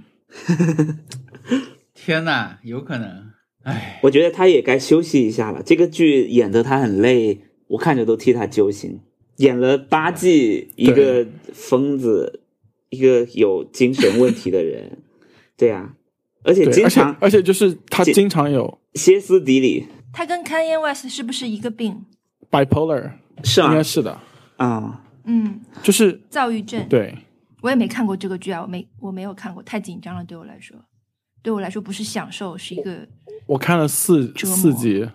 天哪，有可能，哎，我觉得他也该休息一下了。这个剧演得他很累，我看着都替他揪心。演了八季，一个疯子，一个有精神问题的 人，对呀、而且对，经而且常而且就是他经常有歇斯底里，他跟 Kanye West 是不是一个病？ bipolar，是应吗该？是的，啊、嗯，就是躁郁症。对我也没看过这个剧啊，我没我没有看过，太紧张了，对我来说，对我来说不是享受，是一个我看了四折磨嗯四集，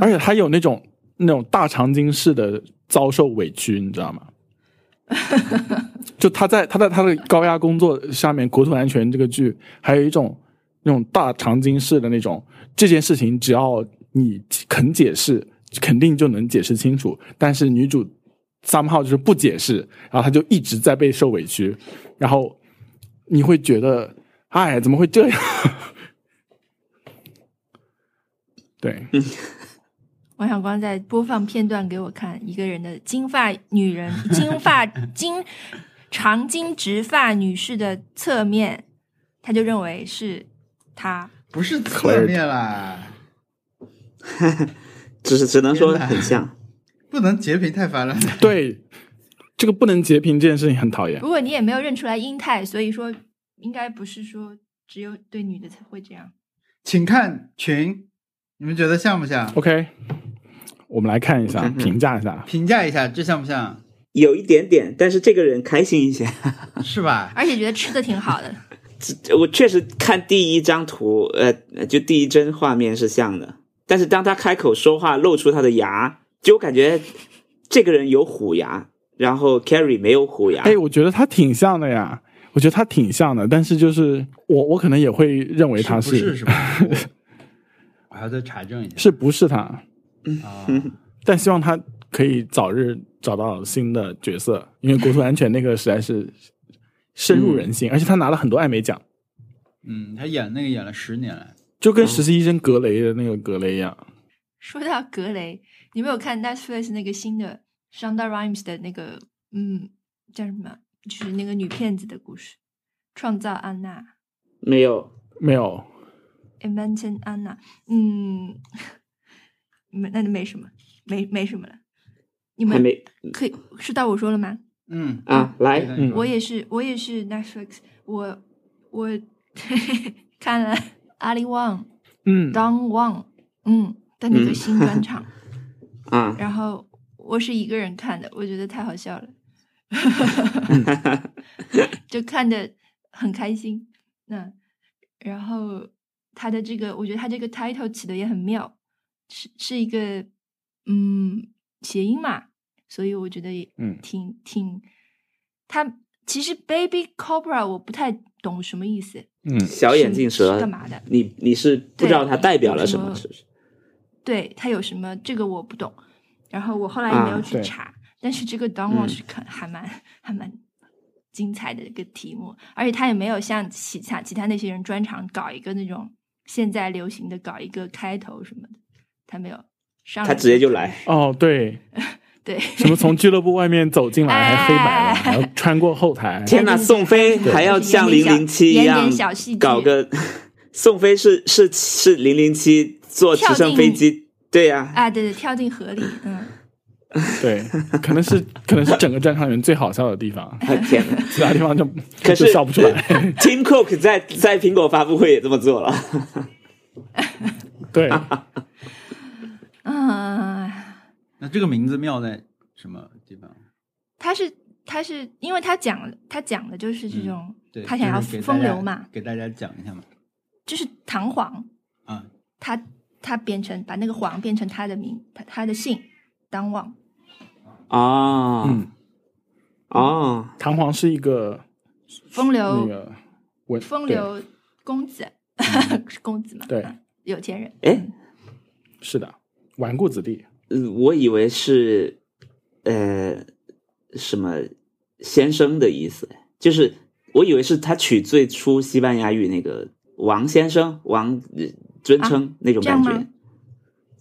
而且他有那种那种大长今式的遭受委屈，你知道吗？ 就他在他在他的高压工作下面，《国土安全》这个剧还有一种那种大长今式的那种，这件事情只要你肯解释，肯定就能解释清楚。但是女主三号就是不解释，然后她就一直在被受委屈，然后你会觉得，哎，怎么会这样？ 对，王小光在播放片段给我看，一个人的金发女人，金发金长金直发女士的侧面，他就认为是她。不是侧面啦，只是只能说天哪很 像。不能截屏太烦了。对，这个不能截屏这件事情很讨 厌不。过你也没有认出来英泰，所以说应该不是说只有对女的才会这样。请看群，你们觉得像不像？ OK，我们来看一下，嗯看看评价一下。评价一下，这像不像？有一点点，但是这个人开心一些。是吧？而且觉得吃的挺好的。这我确实看第一张图，呃，就第一帧画面是像的，但是当他开口说话，露出他的牙，就感觉这个人有虎牙，然后 Carrie 没有虎牙，哎，我觉得他挺像的呀，我觉得他挺像的，但是就是我我可能也会认为他是不是是 吧？我我还要再查证一下。是不是他，啊，但希望他可以早日找到新的角色，因为国土安全那个实在是深入人心，而且他拿了很多艾美奖，嗯，他演那个演了十年了，就跟实习医生格雷的那个格雷一样，说到格雷，你没有看 Netflix 那个新的 Shonda Rhimes 的那个，嗯，叫什么？就是那个女骗子的故事，《创造安娜》没有，没有 （Inventing Anna）。嗯，没，那就没什么，没没什么了。你还们没可以是到我说了吗？嗯，啊，哎对来，的你说我也是，我也是 Netflix，我我 看了阿里旺、嗯，当旺，嗯的那个嗯新专场。啊，然后我是一个人看的，我觉得太好笑 了，就看的很开心。嗯，然后他的这个，我觉得他这个 title 起的也很妙，是是一个嗯谐音嘛，所以我觉得也嗯挺挺他其实 baby cobra 我不太懂什么意思，嗯小眼镜是蛇是干嘛的？你你是不知道它代表了什么，对是不是？对他有什么这个我不懂，然后我后来也没啊有去对查，但是这个 d o n 嗯是看还蛮还蛮精彩的一个题目，而且他也没有像其他其他那些人专场搞一个那种现在流行的搞一个开头什么的，他没有上来，他直接就来，哦对，对什么从俱乐部外面走进来，哎还黑白的，然后穿过后台，天哪，对对对宋飞对还 要就是像演零点小零七一演样点小戏剧搞个，宋飞是是是零零七坐直升飞机，对呀，啊，对对，跳进河里，嗯，对，可能是可能是整个战场里面最好笑的地方，哎啊天哪！ 其他地方就可是就笑不出来。 Tim Cook 在在苹果发布会也这么做了，对，啊，那这个名字妙在什么地方？他是他是因为他讲他讲的就是这嗯种、对，他想要就是给大风家流嘛，给大家讲一下嘛。就是弹簧，啊，他他变成把那个黄变成他的名，他他的姓当旺，哦嗯，哦，弹簧是一个风那流、个文风对流公子，是 公子嘛？对嗯，有钱人。哎嗯，是的，纨绔子弟。嗯我以为是呃什么先生的意思，就是我以为是他取最初西班牙语那个王先生、王呃尊称、那种啊这样感吗觉。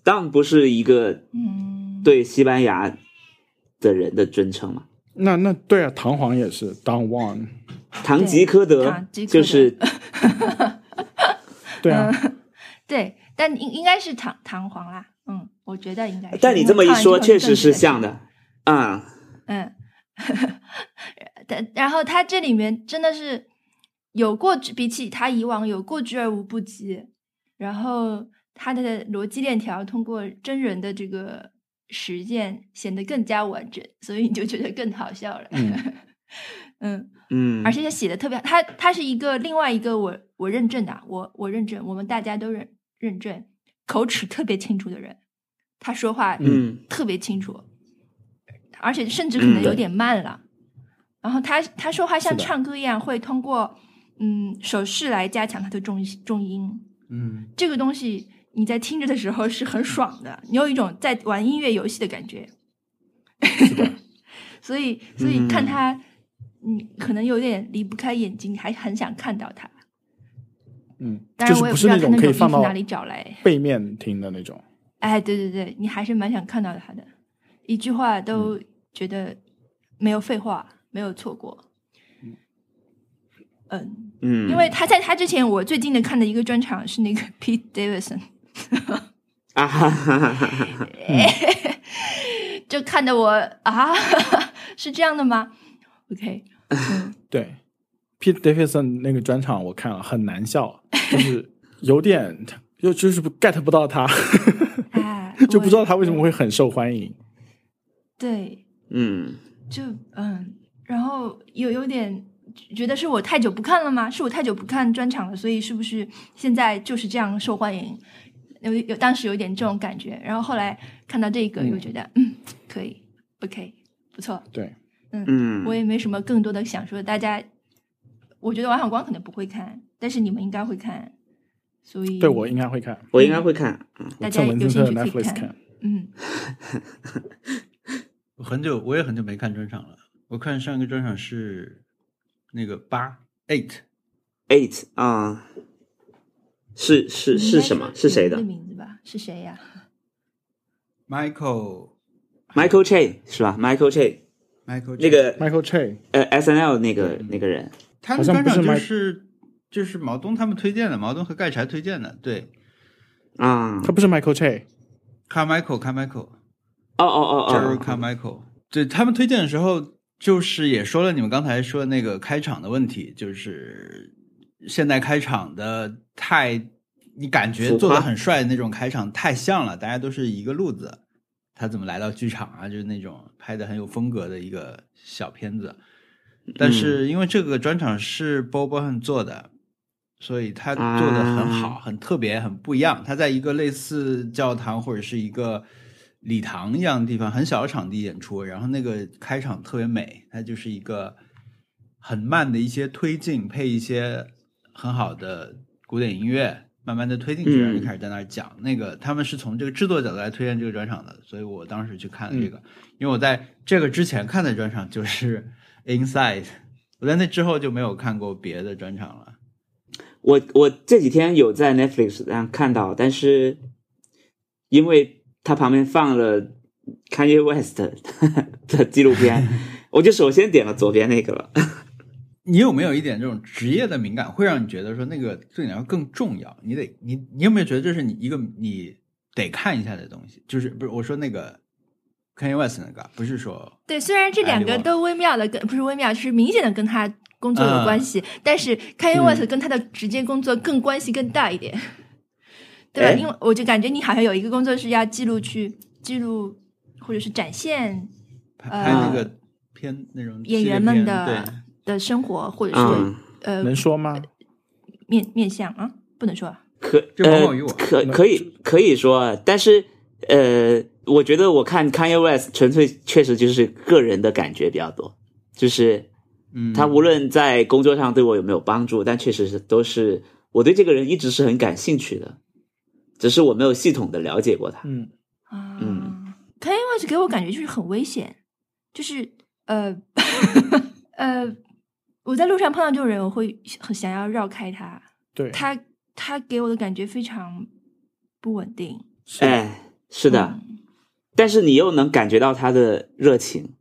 当不是一个嗯，对西班牙的人的尊称嘛？那那对啊，弹簧也是 Don Juan，堂吉诃德堂吉诃德就是对啊，对，但应应该是弹弹簧啦。嗯，我觉得应该是。但你这么一说，确实是像的。的啊、嗯， 但然后他这里面真的是有过之，比起他以往有过之而无不及，然后他的逻辑链条通过真人的这个实践显得更加完整，所以你就觉得更好笑了。嗯嗯嗯，而且他写的特别，他他是一个另外一个我我认证的啊，我我认证，我们大家都认认证，口齿特别清楚的人，他说话嗯特别清楚，而且甚至可能嗯有点慢了。然后他他说话像是的唱歌一样，会通过嗯手势来加强他的重重音，嗯，这个东西你在听着的时候是很爽的，你有一种在玩音乐游戏的感觉。 所以，所以看他，嗯你可能有点离不开眼睛，还很想看到他。嗯，当然，就是我也不不知是道那他种那可以种放从到哪里找来。背面听的那种。哎，对对对，你还是蛮想看到他的。一句话都嗯觉得没有废话，没有错过。嗯，嗯，因为他在他之前，我最近的看的一个专场是那个 Pete Davidson，啊哈哈哈哈哈，就看得我啊， 是这样的吗？OK，嗯， 对，Pete Davidson 那个专场我看了，很 难笑，就是有点又就是 get 不到他， ，哎就不知道他为什么会会很受欢迎。对。嗯就嗯，然后有有点觉得是我太久不看了吗？是我太久不看专场了，所以是不是现在就是这样受欢迎？有有当时有点这种感觉，然后后来看到这个嗯又觉得嗯可以，OK，不错，对，嗯，我也没什么更多的想说的。大家，我觉得王小光可能不会看，但是你们应该会看，所以对我应该会看，我应该会看。嗯大家趁有文森兴特的趣可以 Netflix 看。看。嗯，我很久我也很久没看专场了，我看上一个专场是那个八 eight， Eight 啊、是是你应是该什么？说是谁人的名字吧？是谁呀、 Michael ？Michael Che 是吧？Michael Che Michael 那个 Michael Che，呃 S N L 那个嗯那个人，他好们专像不是场就 Mike- 是就是毛东他们推荐的，毛东和盖柴推荐的，对啊、他不是 Michael Che， ，Carmichael Carmichael 哦哦 j e r r y 哦哦， Carmichael，对他们推荐的时候，就是也说了你们刚才说那个开场的问题，就是现在开场的太，你感觉浮夸做的很帅的那种开场太像了，大家都是一个路子。他怎么来到剧场啊？就是那种拍的很有风格的一个小片子，但是因为这个专场是 Bob Bohan 做的，所以他做的很好，啊很特别，很不一样。他在一个类似教堂或者是一个礼堂一样的地方，很小的场地演出，然后那个开场特别美，它就是一个很慢的一些推进，配一些很好的古典音乐，慢慢的推进去，嗯然后就开始在那儿讲。那个他们是从这个制作角度来推荐这个专场的，所以我当时去看了这个，因为我在这个之前看的专场就是 Inside，我在那之后就没有看过别的专场了。我我这几天有在 Netflix 上看到，但是因为他旁边放了 Kanye West 的 纪录片，我就首先点了左边那个了。你有没有一点这种职业的敏感，会让你觉得说那个对你来说更重要？你得你你有没有觉得这是你一个你得看一下的东西？就是不是我说那个 Kanye West 那个，不是说对，虽然这两哎个我都微妙的跟不是微妙，就是明显的跟他工作有关系，但是 Kanye 嗯 West 跟他的直接工作更关系更大一点，对吧？哎因为我就感觉你好像有一个工作是要记录去记录或者是展现拍呃拍那个片、那种演员们的系列片的生活，或者是、嗯，呃能说吗？面面相啊，不能说啊可这往往与我呃可可以可以说，啊但是呃，我觉得我看 Kanye West 纯粹确实就是个人的感觉比较多，就是对，嗯，他无论在工作上对我有没有帮助，但确实是都是我对这个人一直是很感兴趣的，只是我没有系统的了解过他。嗯，啊。嗯 Kanye West 给我感觉就是很危险，就是呃 呃，我在路上碰到这种人，我会很想要绕开他。对，他他给我的感觉非常不稳定。是哎，是的，嗯但是你又能感觉到他的热情，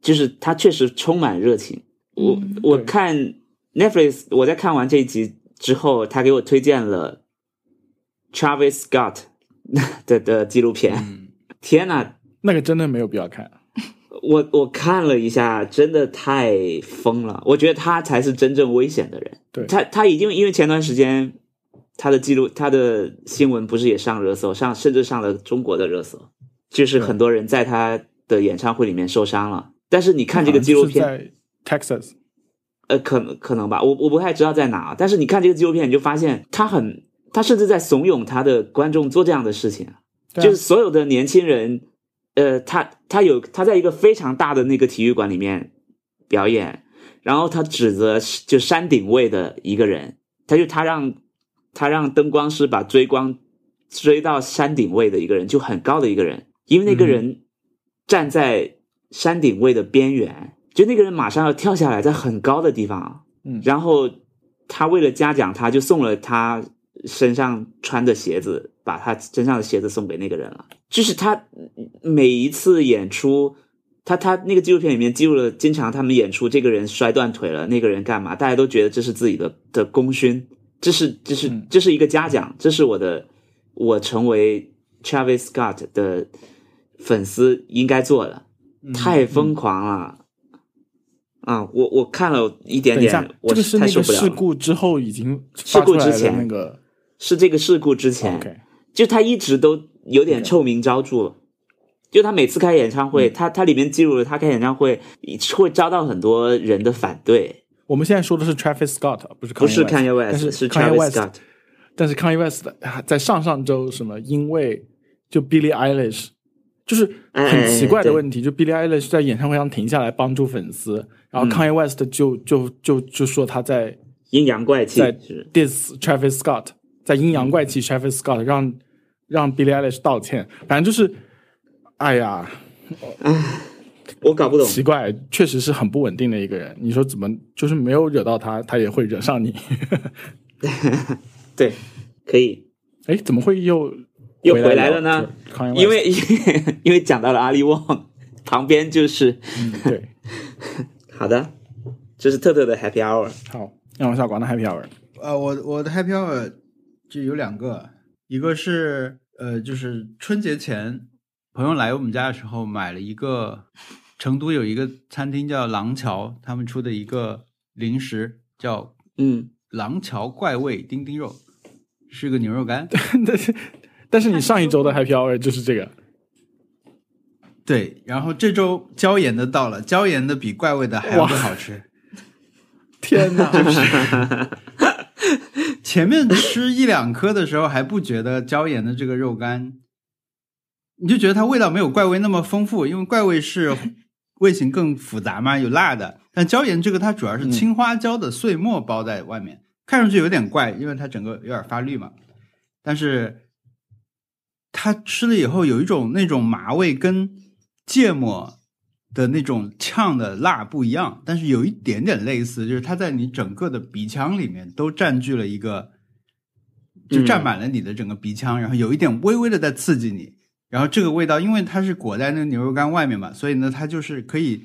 就是他确实充满热情。我嗯我对看 Netflix，我在看完这一集之后，他给我推荐了 Travis Scott 的的纪录片。嗯 天呐，那个真的没有必要看。我我看了一下，真的太疯了。我觉得他才是真正危险的人。对他他已经因为前段时间他的记录，他的新闻不是也上热搜，上甚至上了中国的热搜，就是对很多人在他的演唱会里面受伤了。但是你看这个纪录片，好像啊是在 Texas，呃，可能可能吧，我我不太知道在哪，啊但是你看这个纪录片，你就发现他很，他甚至在怂恿他的观众做这样的事情，对啊就是所有的年轻人，呃，他他有他在一个非常大的那个体育馆里面表演，然后他指责是就山顶位的一个人，他就他让他让灯光师把追光追到山顶位的一个人，就很高的一个人，因为那个人站在山顶位的边缘，就那个人马上要跳下来，在很高的地方，啊嗯然后他为了嘉奖他，就送了他身上穿的鞋子，把他身上的鞋子送给那个人了。就是他每一次演出，他他那个纪录片里面记录了，经常他们演出，这个人摔断腿了，那个人干嘛，大家都觉得这是自己的的功勋，这是这是嗯这是一个嘉奖，这是我的我成为 Travis Scott 的粉丝应该做的，嗯太疯狂了。啊，我我看了一点等一点下，，我这个是太那受个不了了。事故之后已经事故发出来之的前那个是这个事故之前 OK，就他一直都有点 OK 臭名昭著了。就他每次开演唱会，他他里面记录了他开演唱会会遭到很多人的反对，我们现在说的是 Travis Scott，不是 Kanye 不是 Kanye West，West，但是是 Kanye Travis West， Scott。但是 Kanye West 在上上周什么因为就 Billie Eilish 就是很奇怪哎哎哎的问题，就 Billie Eilish 在演唱会上停下来帮助粉丝，嗯然后 Kanye West 就就就就说他在阴阳怪气在是 diss Travis Scott，在阴阳怪嗯气 Travis Scott，让让 Billie Eilish 道歉，反正就是，哎呀，我搞不懂，奇怪，确实是很不稳定的一个人。你说怎么就是没有惹到他，他也会惹上你？ 对，可以，哎，怎么会又又回回来聊了呢？这个 Kanye 因 West，为因为 讲到了阿里旺，旁边就是嗯对，好的，这是特特的 Happy Hour，好，让我下广的 Happy Hour。呃，我我的 Happy Hour 就有两个，一个是呃，就是春节前朋友来我们家的时候买了一个成都有一个餐厅叫廊桥，他们出的一个零食叫嗯，廊桥怪味丁丁肉，是个牛肉干。但是但是你上一周的 Happy Hour 就是这个，对，然后这周椒盐的到了，椒盐的比怪味的还要哇更好吃。天哪！ 前面吃一两颗的时候还不觉得椒盐的这个肉干，你就觉得它味道没有怪味那么丰富，因为怪味是味型更复杂嘛，有辣的。但椒盐这个它主要是青花椒的碎末包在外面，看上去有点怪，因为它整个有点发绿嘛。但是它吃了以后有一种那种麻味跟芥末的那种呛的辣不一样，但是有一点点类似，就是它在你整个的鼻腔里面都占据了一个，就占满了你的整个鼻腔，然后有一点微微的在刺激你。然后这个味道，因为它是裹在那个牛肉干外面嘛，所以呢，它就是可以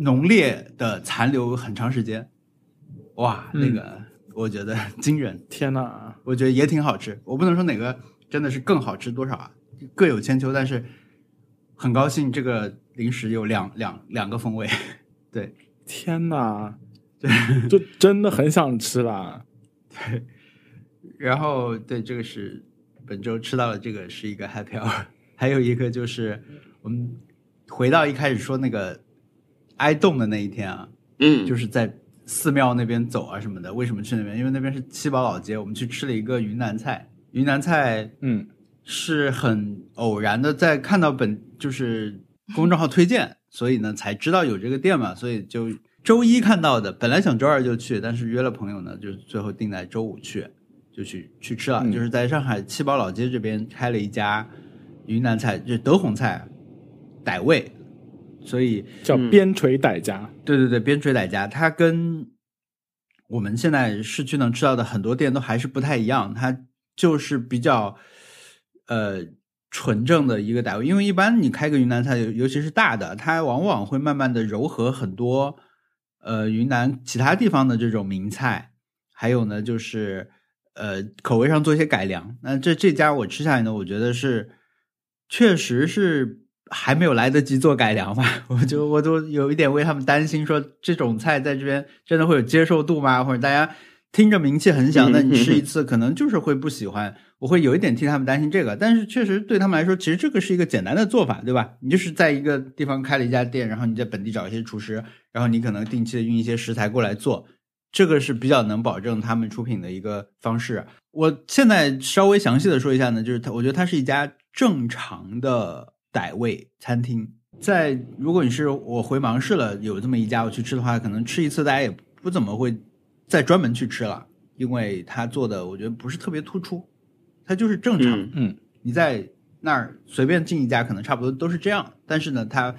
浓烈的残留很长时间。哇，那嗯个我觉得 惊人。天哪！我觉得也挺好吃。我不能说哪个真的是更好吃多少啊，各有千秋。但是很高兴这个零食有两两两个风味。 天哪！ 就真的很想吃啦！然后对，这个是本周吃到了这个是一个 happy hour，还 有一个就是我们回到一开始说那个挨冻的那一天啊，嗯，就是在寺庙那边走啊什么的。为什么去那边？因为那边是七宝老街，我们去吃了一个云南菜。云南菜嗯，是很偶然的，在看到本就是公众号推荐，所以呢才知道有这个店嘛，所以就周一看到的，本来想周二就去，但是约了朋友呢，就是最后定在周五去，就去去吃了，嗯就是在上海七宝老街这边开了一家云南菜，就是德宏菜，傣味，所以叫嗯边陲傣家。对对对，边陲傣家，它跟我们现在市区能吃到的很多店都还是不太一样，它就是比较呃纯正的一个傣味，因为一般你开个云南菜，尤尤其是大的，它往往会慢慢的柔和很多呃云南其他地方的这种名菜，还有呢就是呃口味上做一些改良。那这这家我吃下来呢，我觉得是确实是还没有来得及做改良吧， 我就我都有一点为他们担心，说这种菜在这边真的会有接受度吗？或者大家听着名气很响，那你吃一次可能就是会不喜欢。我会有一点替他们担心这个，但是确实对他们来说，其实这个是一个简单的做法，对吧？你就是在一个地方开了一家店，然后你在本地找一些厨师，然后你可能定期的运一些食材过来做，这个是比较能保证他们出品的一个方式。我现在稍微详细的说一下呢，就是它，我觉得它是一家正常的傣味餐厅。在如果你是我回芒市了，有这么一家我去吃的话，可能吃一次大家也不怎么会再专门去吃了，因为它做的我觉得不是特别突出，它就是正常。嗯你在那儿随便进一家，可能差不多都是这样。但是呢，它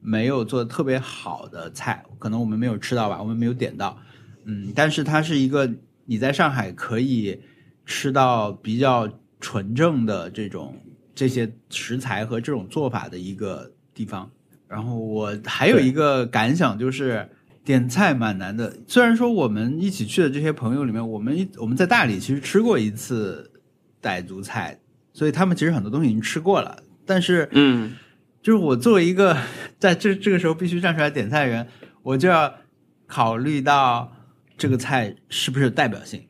没有做得特别好的菜，可能我们没有吃到吧，我们没有点到。嗯，但是它是一个你在上海可以吃到比较纯正的这种这些食材和这种做法的一个地方。然后我还有对一个感想就是。点菜蛮难的，虽然说我们一起去的这些朋友里面，我们一我们在大理其实吃过一次傣族菜，所以他们其实很多东西已经吃过了。但是，嗯，就是我作为一个 在这这个时候必须站出来点菜的人，我就要考虑到这个菜是不是有代表性，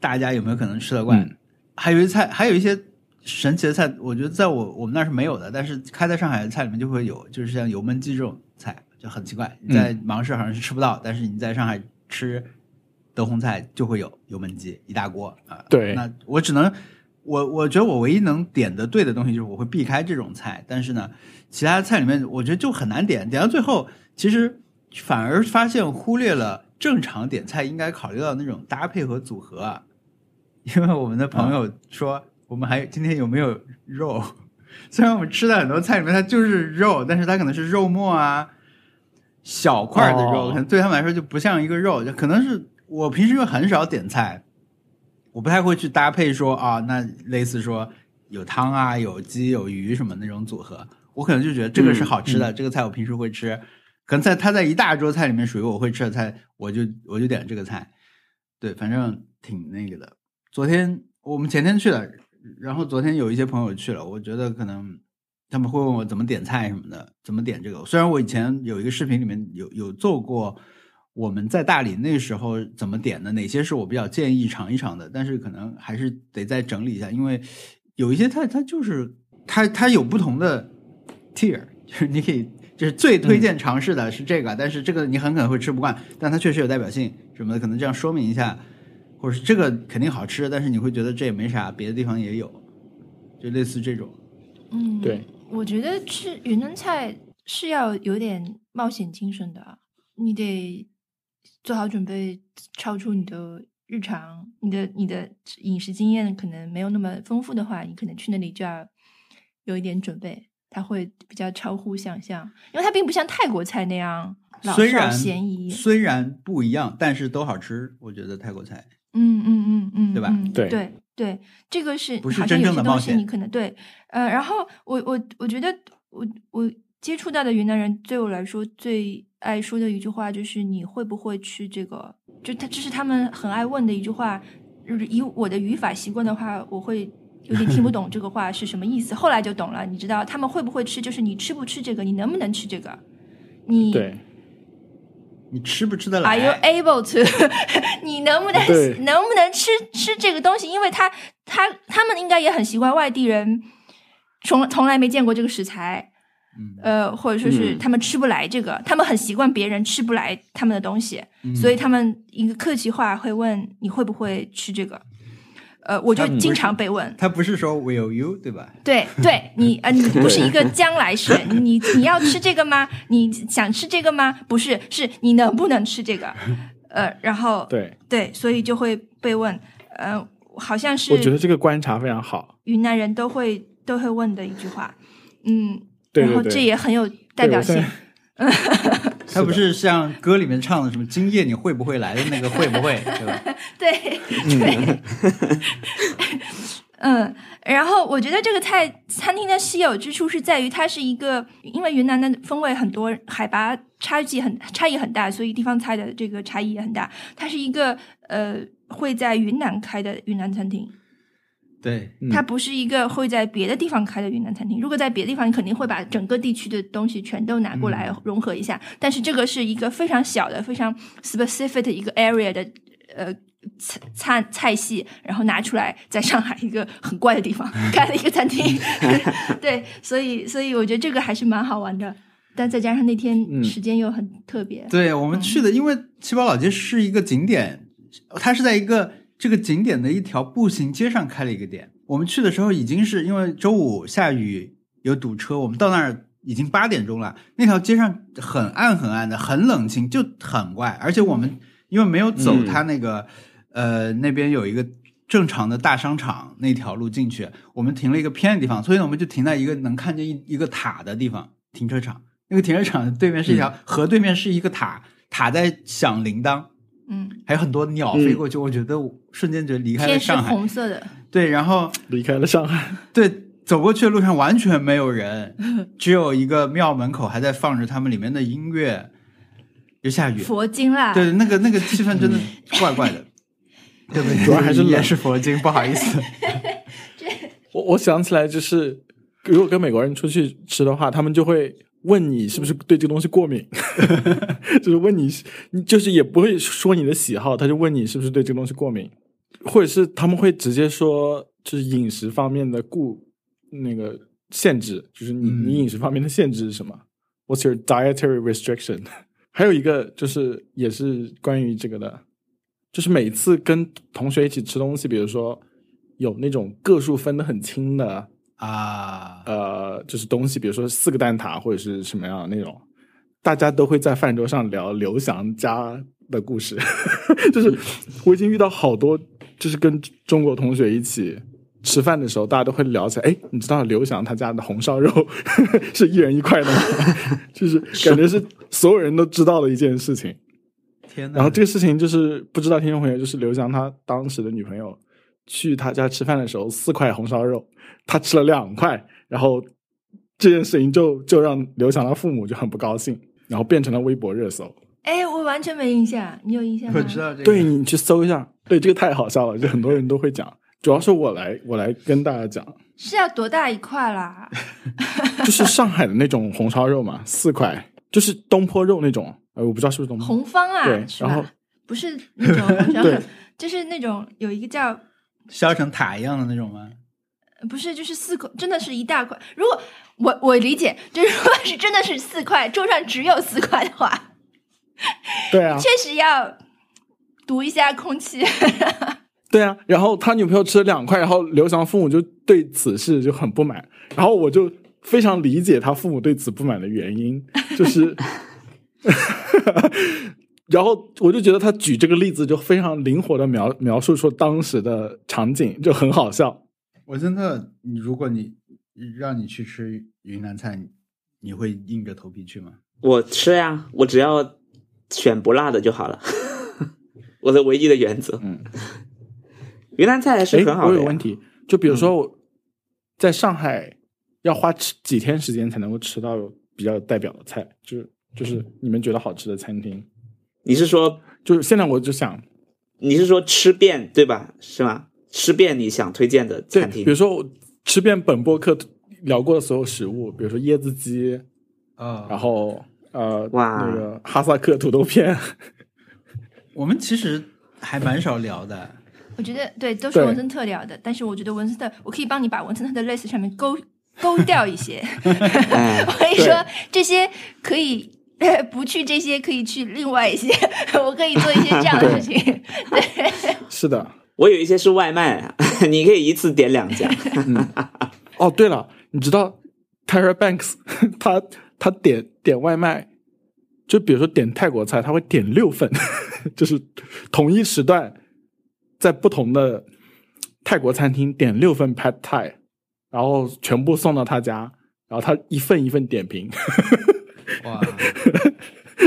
大家有没有可能吃得惯。嗯还有一菜，还有一些神奇的菜，我觉得在我我们那儿是没有的，但是开在上海的菜里面就会有，就是像油焖鸡这种菜就很奇怪，你在芒市好像是吃不到，但是你在上海吃德宏菜就会有油焖鸡一大锅啊。对那我只能。我我觉得我唯一能点的对的东西就是我会避开这种菜，但是呢，其他菜里面我觉得就很难点，点到最后其实反而发现忽略了正常点菜应该考虑到那种搭配和组合啊。因为我们的朋友 说，我们还今天有没有肉？虽然我们吃的很多菜里面它就是肉，但是它可能是肉末啊，小块的肉，哦可能对他们来说就不像一个肉，就可能是我平时又很少点菜，我不太会去搭配说啊，那类似说有汤啊、有鸡、有鱼什么那种组合，我可能就觉得这个是好吃的，这个菜我平时会吃，可能在它在一大桌菜里面属于我会吃的菜，我就我就点这个菜，对，反正挺那个的。昨天我们前天去了，然后昨天有一些朋友去了，我觉得可能他们会问我怎么点菜什么的，怎么点这个。虽然我以前有一个视频里面有有做过我们在大理那时候怎么点的，哪些是我比较建议尝一尝的，但是可能还是得再整理一下，因为有一些菜它就是它它有不同的 tier，就是你可以。就是最推荐尝试的是这个，但是这个你很可能会吃不惯，但它确实有代表性什么的，可能这样说明一下，或者是这个肯定好吃，但是你会觉得这也没啥，别的地方也有，就类似这种。嗯，对，我觉得吃云南菜是要有点冒险精神的啊，你得做好准备，超出你的日常，你的你的饮食经验可能没有那么丰富的话，你可能去那里就要有一点准备，它会比较超乎想象，因为它并不像泰国菜那样老虽少然咸宜。虽然不一样，但是都好吃。我觉得泰国菜嗯嗯嗯嗯，对吧嗯对对对，这个是不是好像真有正些的东冒西险你可能对，呃，然后我我我觉得我我接触到的云南人，对我来说最爱说的一句话就是你会不会吃这个？就他这是他们很爱问的一句话。就是以我的语法习惯的话，我会有点听不懂这个话是什么意思。后来就懂了，你知道他们会不会吃，就是你吃不吃这个，你能不能吃这个，你对，你吃不吃得来 Are you able to？你能不能对能不能吃吃这个东西？因为他他他们应该也很习惯外地人从从来没见过这个食材，嗯呃，或者说是嗯他们吃不来这个，他们很习惯别人吃不来他们的东西，嗯所以他们一个客气话会问你会不会吃这个。呃，我就他们不经是常被问，他不是说 will you 对吧？对对，你呃，你不是一个将来时，你你要吃这个吗？你想吃这个吗？不是，是你能不能吃这 个？呃，然后对，对，所以就会被问，呃，好像是我觉得这个观察非常好。云南人都会都会问的一句话，嗯，对然对后对，这也很有代对表我现性，他不是像歌里面唱的什么“今夜你会不会来”的那个会不会对吧？ 对对，嗯，然后我觉得这个菜餐厅的稀有之处是在于它是一个，因为云南的风味很多，海拔差距很差异很大，所以地方菜的这个差异也很大。它是一个呃会在云南开的云南餐厅，对，嗯它不是一个会在别的地方开的云南餐厅。如果在别的地方，你肯定会把整个地区的东西全都拿过来嗯融合一下。但是这个是一个非常小的、非常 specific 的一个 area 的呃菜菜菜系，然后拿出来在上海一个很怪的 地方开了一个餐厅。 对，所以所以我觉得这个还是蛮好玩的。但再加上那天嗯时间又很特别，对我们去的，因为七宝老街是一个景点，它是在一个这个景点的一条步行街上开了一个店。我们去的时候已经是因为周五下雨有堵车，我们到那儿已经八点钟了。那条街上很暗很暗的，很冷清，就很怪。而且我们因为没有走嗯它那个、呃那边有一个正常的大商场那条路进去，我们停了一个偏的地方，所以呢我们就停在一个能看见一一个塔的地方停车场。那个停车场对面是一条、河，对面是一个塔，塔在响铃铛，嗯，还有很多鸟飞过去，我觉得我瞬间觉得离开了天是上海。红色的，对，然后离开了上海，对走过去的路上完全没有人，只有一个庙门口还在放着他们里面的音乐，又下雨，佛经啦，对，那个那个气氛真的怪怪 的。对不对？嗯主要还是冷也是佛经，不好意 思。我我想起来就是，如果跟美国人出去吃的话，他们就会问你是不是对这个东西过敏， 就是问你，你就是也不会说你的喜好，他就问你是不是对这个东西过敏，或者是他们会直接说就是饮食方面的固那个限制，就是你、嗯你饮食方面的限制是什么？What's your dietary restriction？还 有一个就是也是关于这个的，就是每次跟同学一起吃东西，比如说有那种个数分的很清的，啊，呃，就是东西，比如说四个蛋挞或者是什么样的那种，大家都会在饭桌上聊刘翔家的故事。 就是我已经遇到好多，就是跟中国同学一起吃饭的时候，大家都会聊起来。哎，你知道刘翔他家的红烧肉 是一人一块的吗？ 就是感觉是所有人都知道的一件事情。天哪！然后这个事情就是不知道听众朋友，就是刘翔他当时的女朋友去他家吃饭的时候，四块红烧肉，他吃了两块，然后这件事情就就让刘翔他父母就很不高兴，然后变成了微博热搜。哎，我完全没印象，你有印象吗？我知道这个，对你去搜一下，对这个太好笑了，就很多人都会讲。主要是我来，我来跟大家讲，是要多大一块啦？就是上海的那种红烧肉嘛，四块，就是东坡肉那种，呃，我不知道是不是东坡，红方啊，对是然后吧？不是那 种红烧肉对，就是那种有一个叫削成塔一样的那种吗？不是，就是四块，真的是一大块。如果我我理解，就是如果是真的是四块，桌上只有四块的话，啊对 啊，确实要读一下空气。 对啊，然后他女朋友吃了两块，然后刘翔父母就对此事就很不满，然后我就非常理解他父母对此不满的原 因，就是， 然后我就觉得他举这个例子就非常灵活的描描述出当时的场景，就很好笑。我真的，你如果你让你去吃云南菜，你你会硬着头皮去吗？我吃呀，我只要选不辣的就好了， 我的唯一的原则。嗯，云南菜还是哎，很好我的有呀嗯问题，就比如说我在上海要花吃几天时间才能够吃到比较有代表的菜，就是就是你们觉得好吃的餐厅，你是说就是现在我就想。你是说吃遍对吧？是吗？吃遍你想推荐的对，餐厅比如，说我吃遍本播客聊过的所有食物，比如说椰子鸡，啊然后呃，哇那个哈萨克土豆片，我们其实还蛮少聊的，我觉得对，都是对文森特聊的，但是我觉得文森特，我可以帮你把文森特的 list 上面勾勾掉一些。 哎，我跟你对说，这些可以。 呃不去这些，可以去另外一些。 我可以做一些这样的事情。是的。我有一些是外卖，啊 你可以一次点两家。 哦，对了，你知道 Tara Banks 他他点点外卖，就比如说点泰国菜，他会点六份， 就是同一时段在不同的泰国餐厅点六份 Pad Thai，然后全部送到他家，然后他一份一份点评。 哇，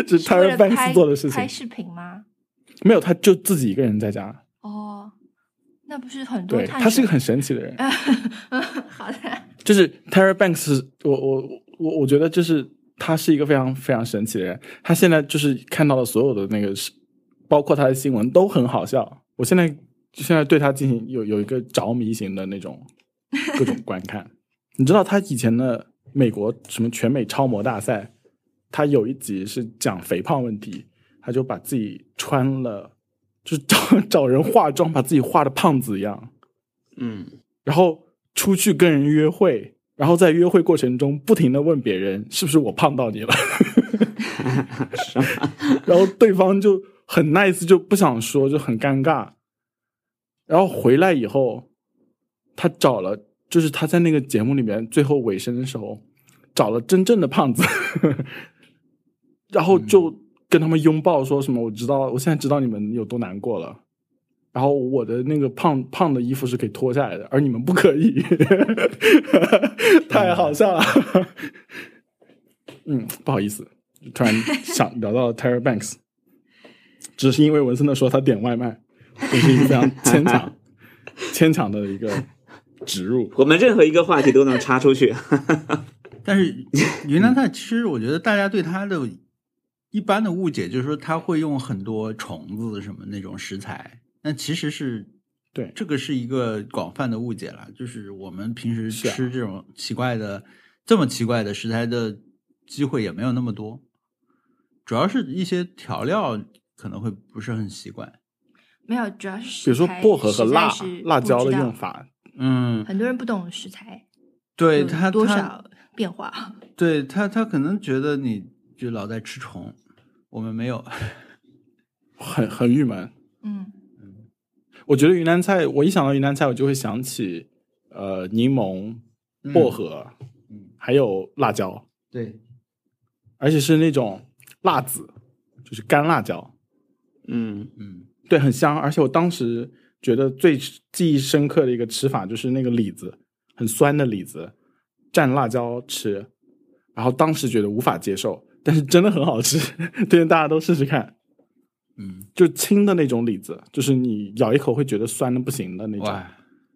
这是是为 Tyra 了拍 Banks 做的事拍情，视频吗？没有，他就自己一个人在家。哦，那不是很多对，探他是一险个很神奇的人。 好的，就是 Tyra Banks，是我我我我觉得就是他是一个非常非常神奇的人。他现在就是看到的所有的那个是，包括他的新闻都很好笑。我现在现在对他进行有有一个着迷型的那种各 种观看。你知道他以前的美国什么全美超模大赛，他有一集是讲肥胖问题，他就把自己穿了，就找找人化妆，把自己化的胖子一样。嗯，然后出去跟人约会，然后在约会过程中不停的问别人是不是我胖到你了， 是吗？ 然后对方就很 nice 就不想说，就很尴尬。然后回来以后，他找了，就是他在那个节目里面最后尾声的时候，找了真正的胖子， 然后就跟他们拥抱，说什么我知道，我现在知道你们有多难过了。然后我的那个胖胖的衣服是可以脱下来的，而你们不可以， 太好笑了。嗯，不好意思，突然想聊到 Tara Banks，只是因为文森特说他点外卖，这是一个非常牵强、 牵强的一个植入。我们任何一个话题都能插出去。 但是云南菜其实我觉得大家对它的一般的误解就是说它会用很多虫子什么那种食材，但其实是对这个是一个广泛的误解啦，就是我们平时是啊吃这种奇怪的、这么奇怪的食材的机会也没有那么多，主要是一些调料可能会不是很习惯。没有，主要是比食如说材薄荷和辣实在是辣椒不的知道用，法，嗯，很多人不懂食材对有它嗯多它少变化。对他，他可能觉得你就老在吃虫，我们没有。很很郁闷。嗯，我觉得云南菜，我一想到云南菜，我就会想起呃柠檬、薄荷，嗯还有辣椒， 对，而且是那种辣子，就是干辣椒，嗯，嗯对，很香。而且我当时觉得最记忆深刻的一个吃法就是那个李子，很酸的李子，蘸辣椒吃，然后当时觉得无法接受，但是真的很好吃，推荐大家都试试看。嗯，就青的那种李子，就是你咬一口会觉得酸的不行的那种，哇，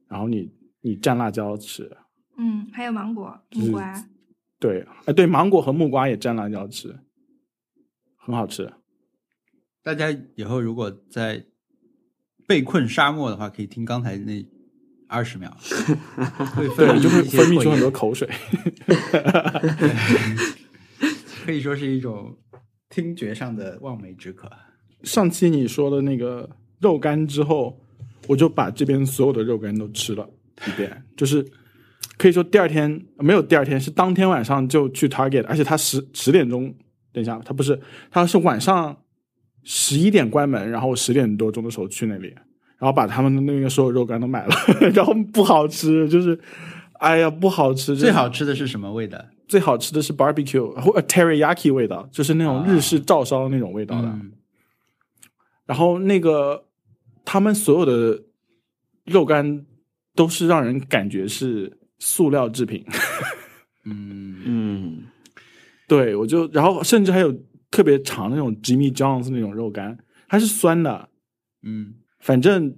然后你你蘸辣椒吃，嗯，还有芒果、是木瓜，对，哎对，芒果和木瓜也蘸辣椒吃，很好吃。大家以后如果在被困沙漠的话，可以听刚才那二十 秒，会对，分你就会泌一些分泌唾出很液多口水。可以说是一种听觉上的望梅止渴。上期你说的那个肉干之后，我就把这边所有的肉干都吃了一遍，就是可以说第二天没有第二天，是当天晚上就去 Target，而且他十十点钟，等一下，他不是，他是晚上十一点关门，然后我十点多钟的时候去那里，然后把他们的那个所有肉干都买了， 然后不好吃，就是。哎呀，不好吃！就是最好吃的是什么味的？最好吃的是 barbecue 或呃 teriyaki 味道，就是那种日啊式照烧那种味道的。嗯然后那个他们所有的肉干都是让人感觉是塑料制品， 嗯，嗯，对我就然后甚至还有特别长的那种 Jimmy John's 那种肉干，它是酸的，嗯，反正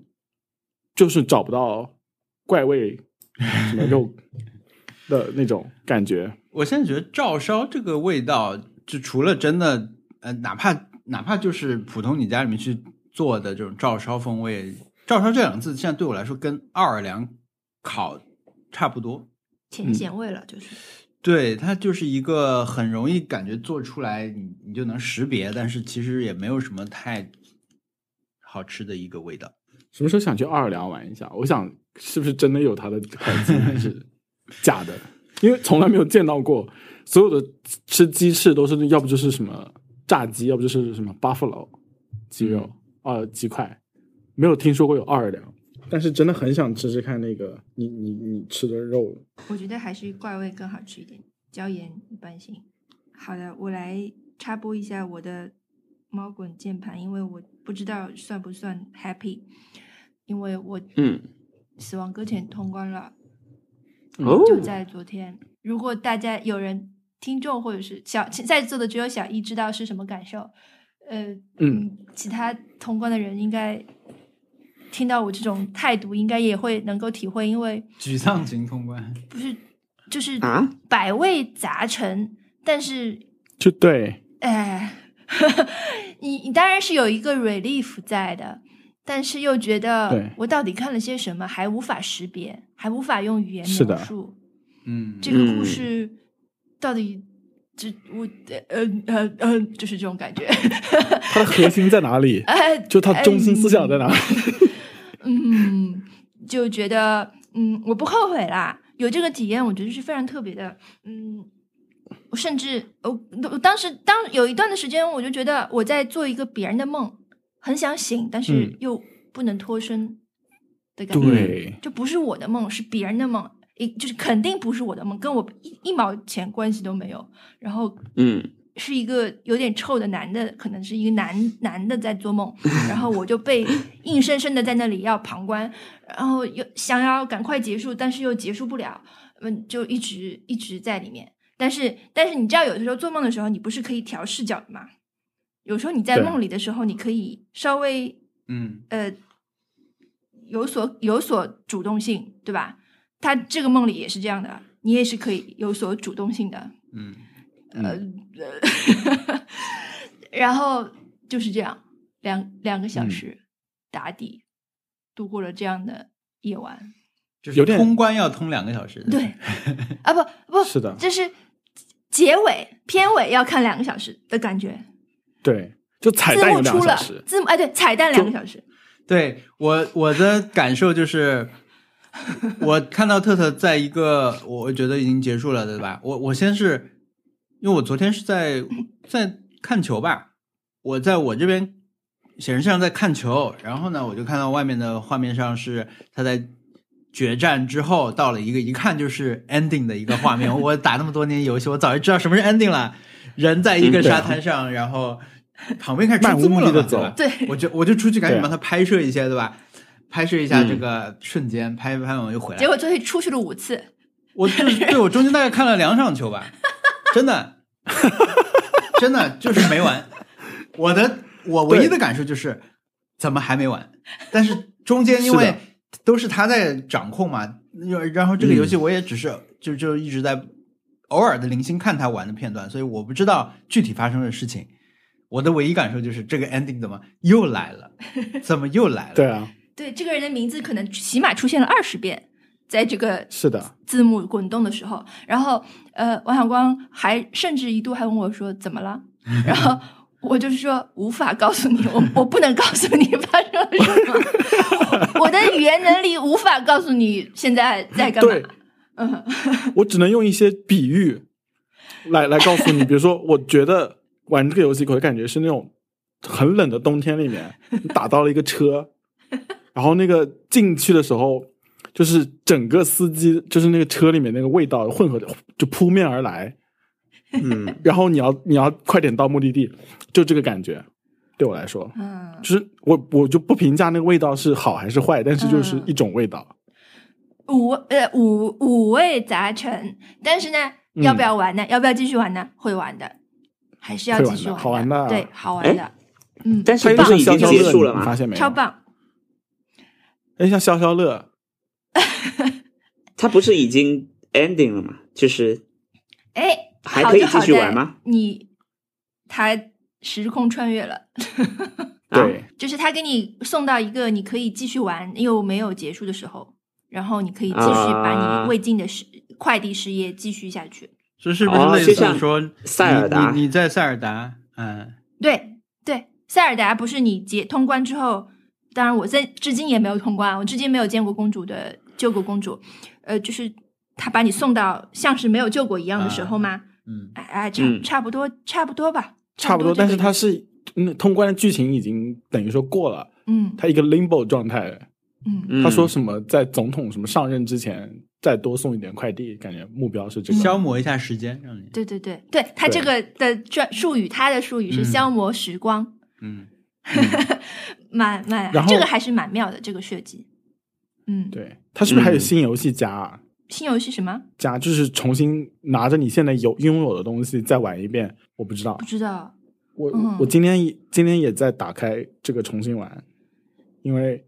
就是找不到怪味什么肉的那种感觉。我现在觉得照烧这个味道，就除了真的，呃，哪怕哪怕就是普通你家里面去做的这种照烧风味，照烧这两个字现在对我来说跟奥尔良烤差不多。浅嗯咸味了，就是。对，它就是一个很容易感觉做出来你你就能识别，但是其实也没有什么太好吃的一个味道。什么时候想去奥尔良玩一下？我想是不是真的有它的烤鸡还 是假的？因为从来没有见到过，所有的吃鸡翅都是要不就是什么炸鸡，要不就是什么 buffalo 鸡肉啊、呃鸡块，没有听说过有奥尔良。但是真的很想吃吃看那个你你你吃的肉，我觉得还是怪味更好吃一点，椒盐一般性。好的，我来插播一下我的猫滚键盘，因为我不知道算不算 happy，因为我嗯死亡搁浅通关了，哦，嗯就在昨天。如果大家有人听众或者是小在座的只有小易知道是什么感受，呃，嗯，其他通关的人应该听到我这种态度，应该也会能够体会，因为沮嗯丧型通关，不是就是啊百味杂陈，但是就对，哎， 你你当然是有一个 relief 在的，但是又觉对得我到底看了些什么，还无法识别，还无法用语言是描的述嗯，这个故嗯事到底。这我呃呃呃，就是这种感 觉。？它的核心在哪里哎，就它中心思想在哪里？嗯，就觉得嗯，我不后悔啦，有这个体验，我觉得是非常特别的。嗯，我甚至我我当时当有一段的时间，我就觉得我在做一个别人的梦，很想醒，但是嗯又不能脱身的感觉。对，这不是我的梦，是别人的梦，一就是肯定不是我的梦，跟我一一毛钱关系都没有。然后嗯是一个有点臭的男的，可能是一个男男的在做梦，然后我就被硬生生的在那里要旁观，然后又想要赶快结束，但是又结束不了，嗯，就一直一直在里面。但是但是你知道，有的时候做梦的时候，你不是可以调视角的吗？有时候你在对梦里的时候，你可以稍微嗯呃有所有所主动性，对吧？他这个梦里也是这样的，你也是可以有所主动性的。嗯，呃，呃然后就是这样，两两个小嗯时打底，度过了这样的夜晚。就是有点通关要通两个小时的， 对，啊不不，嗯是的这是结尾片尾要看两个小时的感觉，对，就彩字蛋有幕两个出小了时，，字幕哎对，彩蛋两个小时，对我我的感受就是，我看到特特在一个我我觉得已经结束了，对吧？我我先是因为我昨天是在在看球吧，我在我这边显示上在看球，然后呢，我就看到外面的画面上是他在决战之后到了一个一看就是 ending 的一个画面。我打那么多年游戏，我早就知道什么是 ending 了。人在一个嗯对沙啊滩上，然后旁边开始漫出字无幕目了嘛，的地对吧走对，我就我就出去赶紧对帮他拍摄一下，对吧？拍摄一下这嗯个瞬间，拍拍完我就回来结了。果最后出去了五次，我就是 对我中间大概看了两场球吧，真的，真的就是没完。我的我唯一的感受就是怎么还没完？但是中间因是为的嗯都是他在掌控嘛，然后这个游戏我也只是、就就一直在偶尔的零星看他玩的片段，所以我不知道具体发生的事情。我的唯一感受就是这个 ending 怎么又来了？怎么又来了？对啊，对这个人的名字可能起码出现了二十遍，在这个是的，字幕滚动的时候，然后呃，王小光还甚至一度还问我说怎么了， 然后我就是说无法告诉你，我我不能告诉你发生了什么， 我我的语言能力无法告诉你现在在干对嘛。嗯，我只能用一些比喻来来告诉你，比如说，我觉得玩这个游戏，我的感觉是那种很冷的冬天里面，你打到了一个车，然后那个进去的时候，就是整个司机就是那个车里面那个味道混合着就扑面而来，嗯，然后你要你要快点到目的地，就这个感觉，对我来说。嗯，就是我，我就不评价那个味道是好还是坏，但是就是嗯一种味道。五呃五五味杂陈，但是呢，嗯要不要玩呢？要不要继续玩呢？会玩的，还是要会继玩续的玩好玩的啊对，好玩的，嗯，但它是有不点是像已经消消乐，结束了你发吗？现没有？超棒。哎，像消消啊乐，它不是已经 ending 了吗？就是哎，还好可以就好继续在玩吗？你他时空穿越了，啊对，就是他给你送到一个你可以继续玩又没有结束的时候，然后你可以继续把啊你未尽的事、快递事业继续下去。这是不是哦类就似像说塞尔达你你你在塞尔达，嗯，对对，塞尔达不是你解通关之后，当然我在至今也没有通关，我至今没有见过公主的救过公主，呃，就是他把你送到像是没有救过一样的时候吗？嗯，哎哎，差啊嗯差不多差不多吧，差不多多，这但个是它意思是嗯，通关的剧情已经等于说过了，嗯它一个 limbo 状态。嗯嗯他说什么在总统什么上任之前再多送一点快递，感觉目标是这消个。磨一下时间，让你，嗯对对对对，他这对个的专术语，他的术语是嗯消磨时光，嗯，蛮蛮然，后这个还是蛮妙的这个设计。嗯，对，他是不是还有嗯新游戏加啊？新游戏什么加就是重新拿着你现在有拥有的东西再玩一遍？我不知道不，知道？我、嗯我今天今天也在打开这个重新玩，因为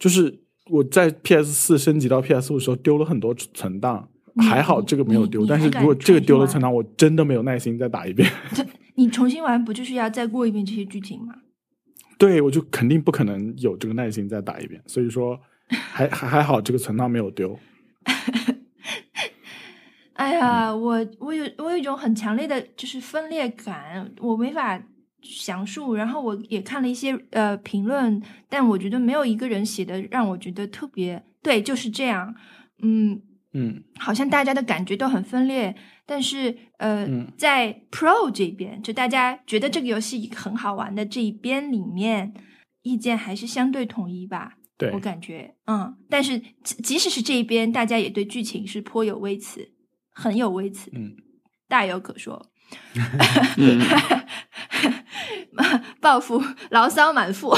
就是我在 PS 四升级到 PS 五时候丢了很多存档，你还好这个没嗯有你丢，你但是还敢如果这个丢了重新存玩档，我真的没有耐心再打一遍。 你重新玩不就是要再过一遍这些剧情吗？对，我就肯定不可能有这个耐心再打一遍，所以说还还还好这个存档没有丢。哎呀，嗯我我有我有一种很强烈的就是分裂感，我没法详述。然后我也看了一些呃评论，但我觉得没有一个人写的让我觉得特别对，就是这样。嗯，嗯，好像大家的感觉都很分裂，但是呃，嗯在 Pro 这边，就大家觉得这个游戏很好玩的这一边里面，意见还是相对统一吧，对我，感觉，嗯，但是即即使是这一边，大家也对剧情是颇有微词，很有微词，嗯，大有可说，嗯， 报复牢骚满腹，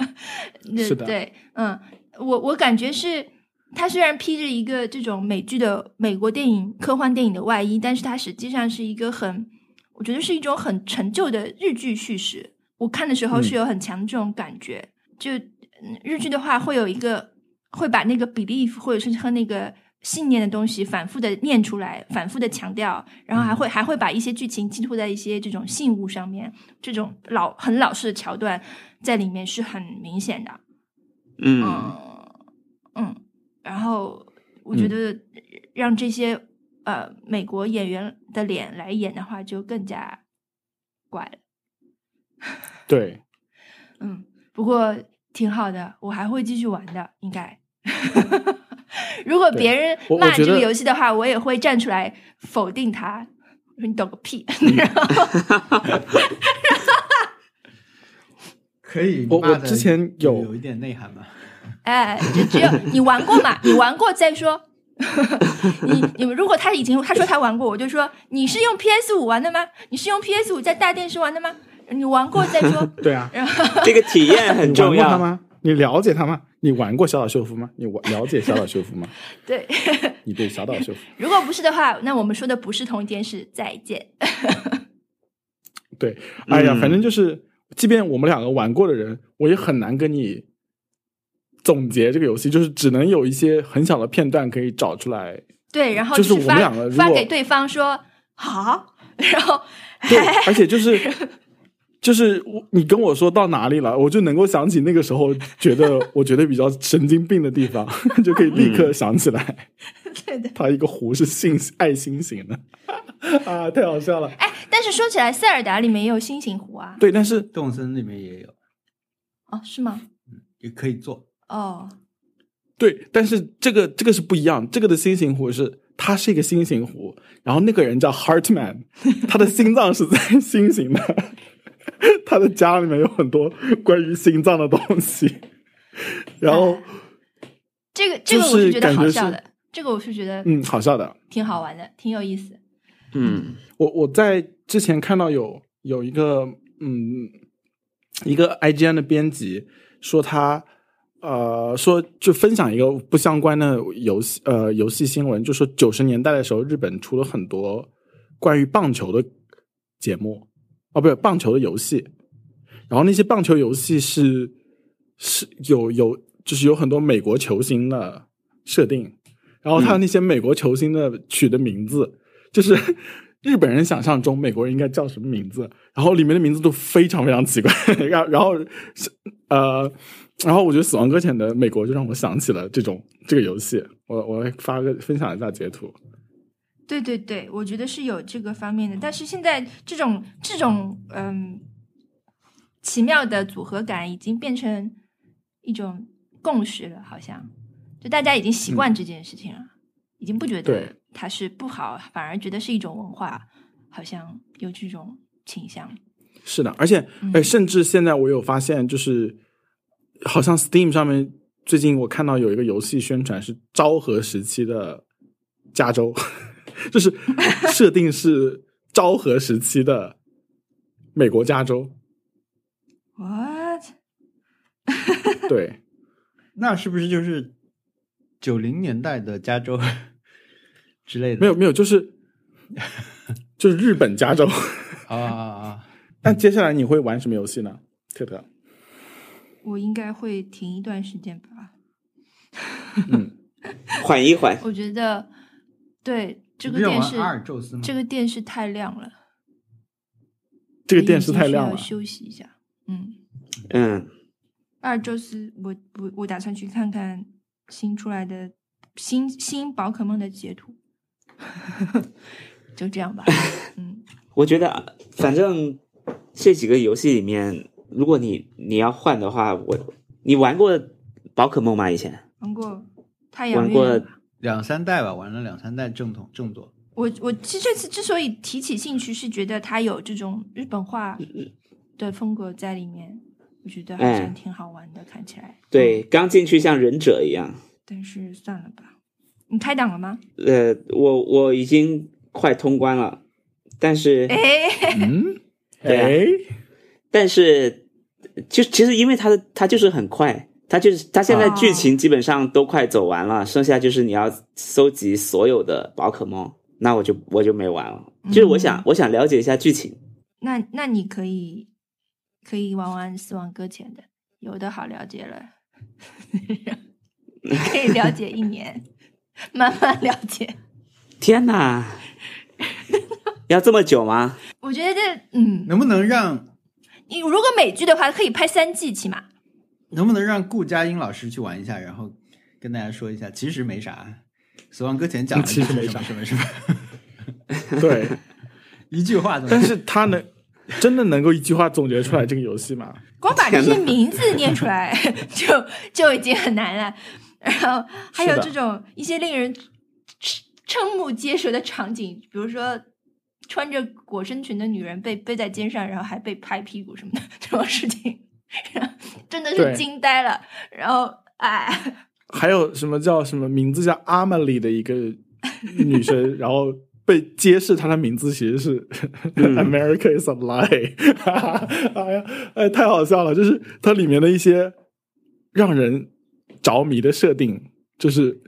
是的对，嗯，我我感觉是，它虽然披着一个这种美剧的美国电影科幻电影的外衣，但是它实际上是一个很，我觉得是一种很陈旧的日剧叙事。我看的时候嗯是有很强这种感觉，就嗯日剧的话会有一个会把那个 belief 或者是和那个信念的东西反复的念出来，反复的强调，然后嗯还会还会把一些剧情寄托在一些这种信物上面，这种老很老式的桥段在里面是很明显的。嗯，嗯，嗯，然后我觉嗯得让这些、呃美国演员的脸来演的话，就更加怪了。对，嗯，不过挺好的，我还会继续玩的，应该。 如果对别人我我骂觉这个得游戏的话，我也会站出来否定他，我 说你懂个屁。可可以我骂我得之前有有一点内涵吧？哎，就只有你玩过嘛，你玩过再说。 你你们如果他已经他说他玩过，我就说你是用 PS 五玩的吗？你是用 PS 五在大电视玩的吗？你玩过再 说。对啊，然后这个体验很你玩重过他要。吗？你了解他吗？你玩过小岛秀夫吗？你玩了解小岛秀夫吗？对，你对小岛秀夫如果不是的话，那我们说的不是同一件事。再见。对，哎呀，嗯反正就是，即便我们两个玩过的人，我也很难跟你总结这个游戏，就是只能有一些很小的片段可以找出 来。对，然后就是是我们发两个如发果给对方说好， 然后对，而且就是就是我你跟我说到哪里了，我就能够想起那个时候觉得我觉得比较神经病的地方， 就可以立刻想起来。对的。他一个湖是信爱心型的 啊，太好笑了。哎，但是说起来，塞尔达里面也有星形湖啊。 对，但是动森里面也有，哦，是吗？也可以做。哦，对，但是这个这个是不一样，这个的心形湖是它是一个心形湖，然后那个人叫 Hartman，他的心脏是在心形的， 他的家里面有很多关于心脏的东西， 然后这个这个就我是是觉得感好觉笑是的，这个我是觉得嗯，好笑的。挺好玩的，挺有意思。嗯我我在之前看到有有一个嗯，一个 IGN 的编辑说他呃说就分享一个不相关的游戏呃游戏新闻，就说九十年代的时候日本出了很多关于棒球的节目哦，不是棒球的游戏，然后那些棒球游戏是是有有就是有很多美国球星的设定，然后他那些美国球星的取的名字。就是 日本人想象中美国人应该叫什么名字，然后里面的名字都非常非常奇怪， 然后然后是呃，然后我觉得《死亡搁浅》的美国就让我想起了这种这个游戏，我我会发个分享一下截图，对对对，我觉得是有这个方面的，但是现在这种这种嗯奇妙的组合感已经变成一种共识了，好像就大家已经习惯这件事情了，已经不觉得嗯对它是不好，反而觉得是一种文化，好像有这种倾向。是的，而且嗯哎，甚至现在我有发现，就是好像 Steam 上面最近我看到有一个游戏宣传是昭和时期的加州， 就是设定是昭和时期的美国加州。 What？对，那是不是就是九零年代的加州 之类的？没有没有，就是 就是日本加州。啊啊啊！ 那接下来你会玩什么游戏呢？特 特，我应该会停一段时间吧。嗯，缓一缓。我觉得对这个你不是电玩视阿，尔宙斯吗？这个电视太亮了。这我个眼电视睛太需亮要了。休息一下。嗯，嗯，阿尔宙斯，我我我打算去看看新出来的新新宝可梦的截 图。就这样吧。嗯，我觉得反正这几个游戏里面，如果你你要换的话，我你玩过宝可梦吗？以前玩过太阳玩月过亮吧。两三代吧，玩了两三代正统正作。我我其实这次之所以提起兴趣，是觉得它有这种日本画的风格在里面，我觉得好嗯哎像挺好玩的，看起来。嗯对，刚进去像忍者一样。但是算了吧。你开档了吗？呃，我我已经快通关了，但是哎， 嗯，对啊哎，但是就其实因为它的它就是很快，它就是它现在哦剧情基本上都快走完了，剩下就是你要搜集所有的宝可梦，那我就我就没玩了。就是我想、嗯我想了解一下剧情，那那你可以可以玩玩《死亡搁浅》的，有的好了解了，你可以了解一年，慢慢了解。天哪，要这么久吗？我觉得这，嗯，能不能让你如果美剧的话，可以拍三季，起码能不能让顾佳音老师去玩一下，然后跟大家说一下，其实没啥。死亡搁浅讲的 其实是没什啥么什么什么，哎 对，一句话都但是他能真的能够一句话总结出来这个游戏吗？光把这天些哪名字念出 来就就已经很难了，然后还有是的这种一些令人瞠瞠目结舌的场景，比如说 穿着裹身裙的女人被背在肩上，然后还被拍屁股什么的这种事情， 真的对是惊呆了。然后，哎，还有什么叫什么名字叫阿玛丽的一个女生，然后被揭示她的名字其实是 America is a lie，哈 哈，哎呀，哎，太好笑了！就是它里面的一些让人着迷的设定，就是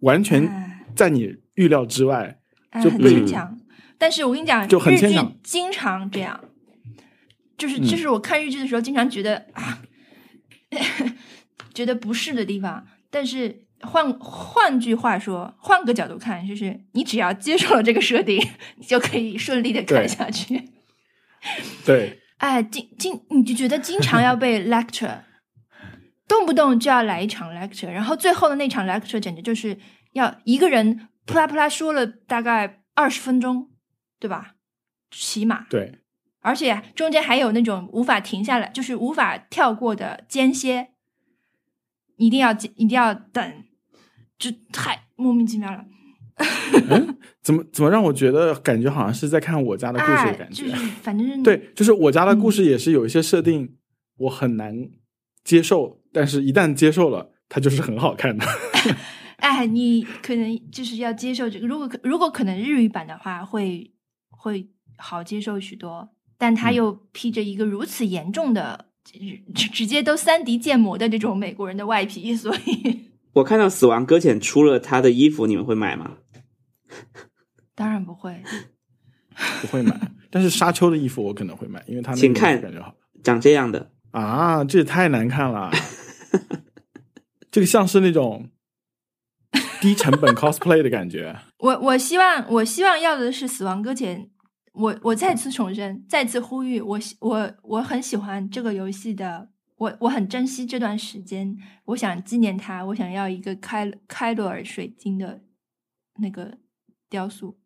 完全哎在你预料之外。哎就很被牵强。但是我跟你讲，就很日牵剧强经常这样，就是嗯就是我看日剧的时候，经常觉得啊， 觉得不适的地方。但是换换句话说，换个角度看，就是你只要接受了这个设定， 你就可以顺利的对看下去。对，哎，经经你就觉得经常要 被 lecture，动不动就要来一场 lecture，然后最后的那场 lecture 简直就是要一个人扑啦扑啦说了大概二十分钟，对吧？起码，对，而且中间还有那种无法停下来，就是无法跳过的间歇，一定要一定要等，就太莫名其妙了。怎么怎么让我觉得感觉好像是在看我家的故事的哎，感觉？就是反 正是对，就是我家的故事也是有一些设定我很难接受，但是一旦接受了，它就是很好看的。 哎，你可能就是要接受这个。如果可如果可能日语版的话，会会好接受许多，但他嗯又披着一个如此严重的，直直接都三 D 建模的这种美国人的外皮，所以 我看到死亡搁浅出了他的衣服，你们会买吗？当然不会。不会买，但是沙丘的衣服我可能会买，因为它那请个看感觉好长这样的，啊，这也太难看了，这个像是那种低成本 cosplay 的感觉。我我希望我希望要的是死亡搁浅。我我再次重申，再次呼吁，我喜我我很喜欢这个游戏的，我我很珍惜这段时间，我想纪念它，我想要一个开开罗尔水晶的那个雕塑，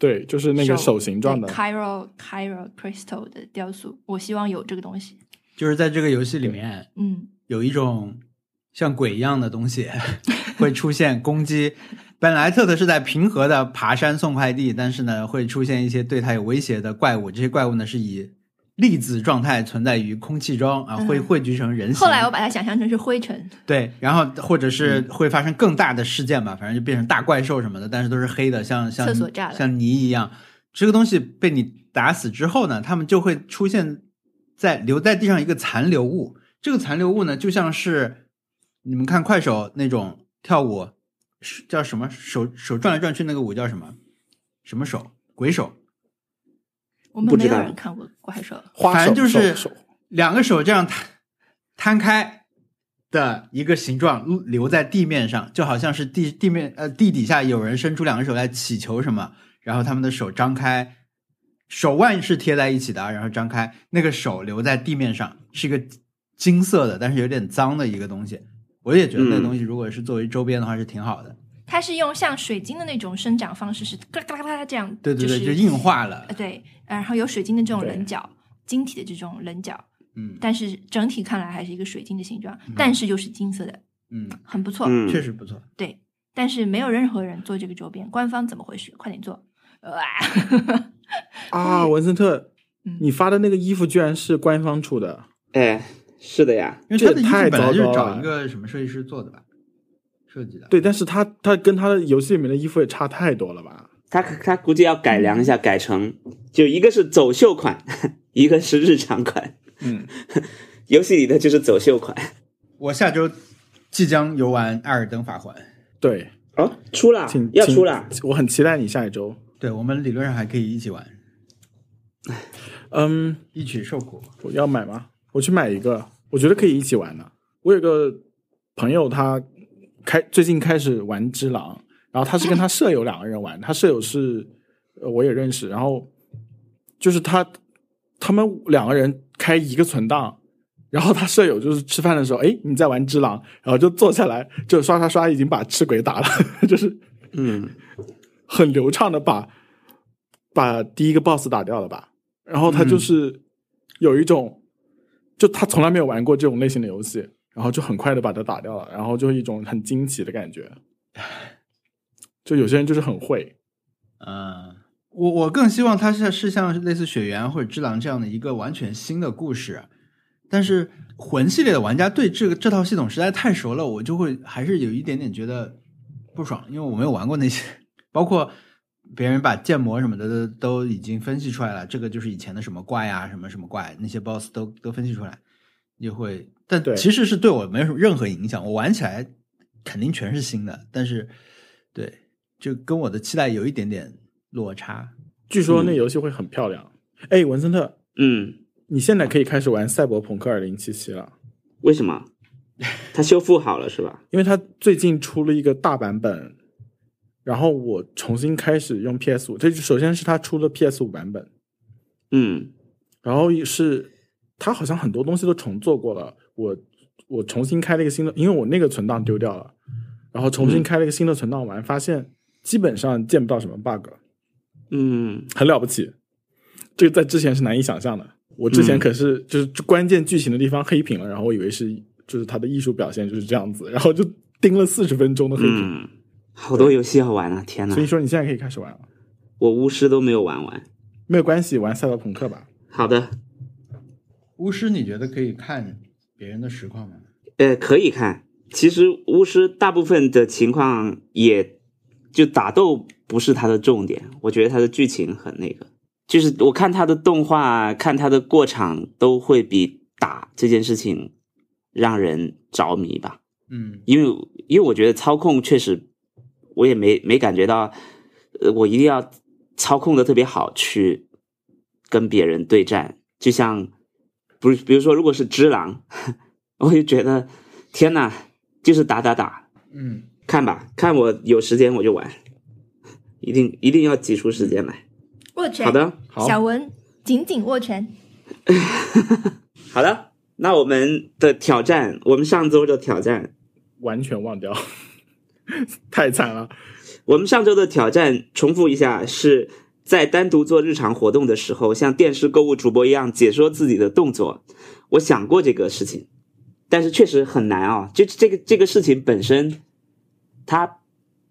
对，就是那个手形状的对。Cairo Cairo Crystal 的雕塑，我希望有这个东西。就是在这个游戏里面嗯，有一种像鬼一样的东西 会出现攻击。本来特特是在平和的爬山送快递，但是呢，会出现一些对他有威胁的怪物。这些怪物呢是以粒子状态存在于空气中啊，会嗯汇聚成人形。后来我把它想象成是灰尘，对，然后或者是嗯会发生更大的事件吧，反正就变成大怪兽什么的，但是都是黑的，像像厕所炸了像泥一样。这个东西被你打死之后呢，它们就会出现在留在地上一个残留物。这个残留物呢，就像是你们看快手那种跳舞，是叫什么手手转来转去那个舞叫什么什么手鬼手，我们不没知有道人看过怪兽。花反正手就是手手两个手这样摊摊开的一个形状嗯留在地面上，就好像是地地面呃地底下有人伸出两个手来祈求什么，然后他们的手张开，手腕是贴在一起的啊，然后张开，那个手留在地面上，是一个金色的，但是有点脏的一个东西。我也觉得那个嗯东西如果是作为周边的话是挺好的，它是用像水晶的那种生长方式，是嘎啦嘎啦嘎啦这样，对对对，是就硬化了呃，，对，呃然后有水晶的这种对棱角，晶体的这种棱角，嗯但是整体看来还是一个水晶的形状，嗯但是又是金色的，嗯，很哦不错。嗯，确实不错。对，但是没有任何人做这个周边，官方怎么回事？快点做！呃哇，啊，文森特嗯，你发的那个衣服居然是官方出的，哎，是的呀，因为这它的衣服也太本来糟就是糕找了一个什么设计师做的吧，设计的。对，但是他他跟他的游戏里面的衣服也差太多了吧？他他估计要改良一下，改成就一个是走秀款， 一个是日常款，嗯， 游戏里的就是走秀款。我下周即将游玩《艾尔登法环》，对，哦，出了请，要请出了，我很期待你下一周。对我们理论上还可以一起玩，嗯，一起受苦。我要买吗？我去买一个，我觉得可以一起玩的。我有个朋友，他开最近开始玩《只狼》，然后他是跟他舍友两个人玩，他舍友是呃我也认识，然后就是他他们两个人开一个存档。然后他舍友就是吃饭的时候，哎，你在玩《只狼》，然后就坐下来，就刷刷刷，已经把吃鬼打了， 就是嗯，很流畅的把把第一个 boss 打掉了吧。然后他就是有一种，就他从来没有玩过这种类型的游戏，然后就很快的把它打掉了，然后就一种很惊奇的感觉。就有些人就是很会，嗯，我我更希望它是是像类似《雪原》或者《只狼》这样的一个完全新的故事，但是魂系列的玩家对这个这套系统实在太熟了，我就会还是有一点点觉得不爽，因为我没有玩过那些，包括别人把建模什么的都都已经分析出来了，这个就是以前的什么怪啊呀、什么什么怪，那些 BOSS 都都分析出来，就会，但对其实是对我没有什么任何影响，我玩起来肯定全是新的，但是对，就跟我的期待有一点点落差。据说那嗯游戏会很漂亮。哎、文森特，嗯，你现在可以开始玩《赛博朋克2077》了，为什么？它修复好了是吧？因为它最近出了一个大版本。然后我重新开始用 PS 五，这首先是它出了 PS 五版本，嗯然后是它好像很多东西都重做过了，我我重新开了一个新的，因为我那个存档丢掉了，然后重新嗯开了一个新的存档玩，发现基本上见不到什么 bug，嗯很了不起，这个在之前是难以想象的。我之前嗯可是就是关键剧情的地方黑屏了，然后我以为是就是它的艺术表现就是这样子，然后就盯了四十分钟的黑屏。嗯，好多游戏要玩啊！天哪所，以说你现在可以开始玩了，我巫师都没有玩完。没有关系，玩赛博朋克吧。好的，巫师，你觉得可以看别人的实况吗？呃，可以看。其实巫师大部分的情况也就打斗不是它的重点，我觉得它的剧情很那个，就是我看它的动画，看它的过场都会比打这件事情让人着迷吧。嗯，因为因为我觉得操控确实，我也没没感觉到，呃，我一定要操控的特别好去跟别人对战。就像不是，比如说，如果是只狼， 我就觉得天呐，就是打打打，嗯，看吧，看我有时间我就玩，一定一定要挤出时间来。握拳，好，的，好，小文紧紧握拳。好的，那我们的挑战，我们上周的挑战完全忘掉， 太惨了。我们上周的挑战重复一下，是在单独做日常活动的时候，像电视购物主播一样解说自己的动作。我想过这个事情，但是确实很难啊、就这个这个事情本身，它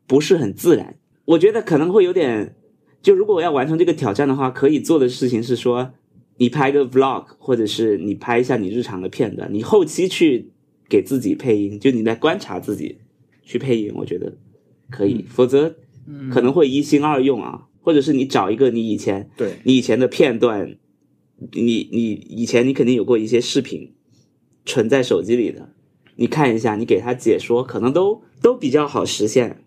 不是很自然。我觉得可能会有点，就如果我要完成这个挑战的话，可以做的事情是说，你拍个 vlog，或者是你拍一下你日常的片段，你后期去给自己配音，就你来观察自己去配音，我觉得可以，否则嗯可能会一心二用啊，或者是你找一个你以前对，你以前的片段，你你以前你肯定有过一些视频存在手机里的，你看一下，你给他解说，可能都都比较好实现，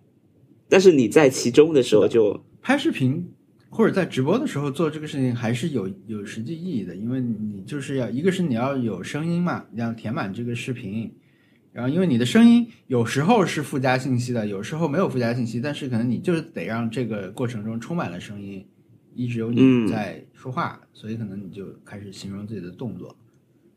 但是你在其中的时候就拍视频或者在直播的时候做这个事情还是有有实际意义的，因为你就是要一个是你要有声音嘛，你要填满这个视频，然后因为你的声音有时候是附加信息的，有时候没有附加信息，但是可能你就是得让这个过程中充满了声音，一直有你嗯在说话，所以可能你就开始形容自己的动作。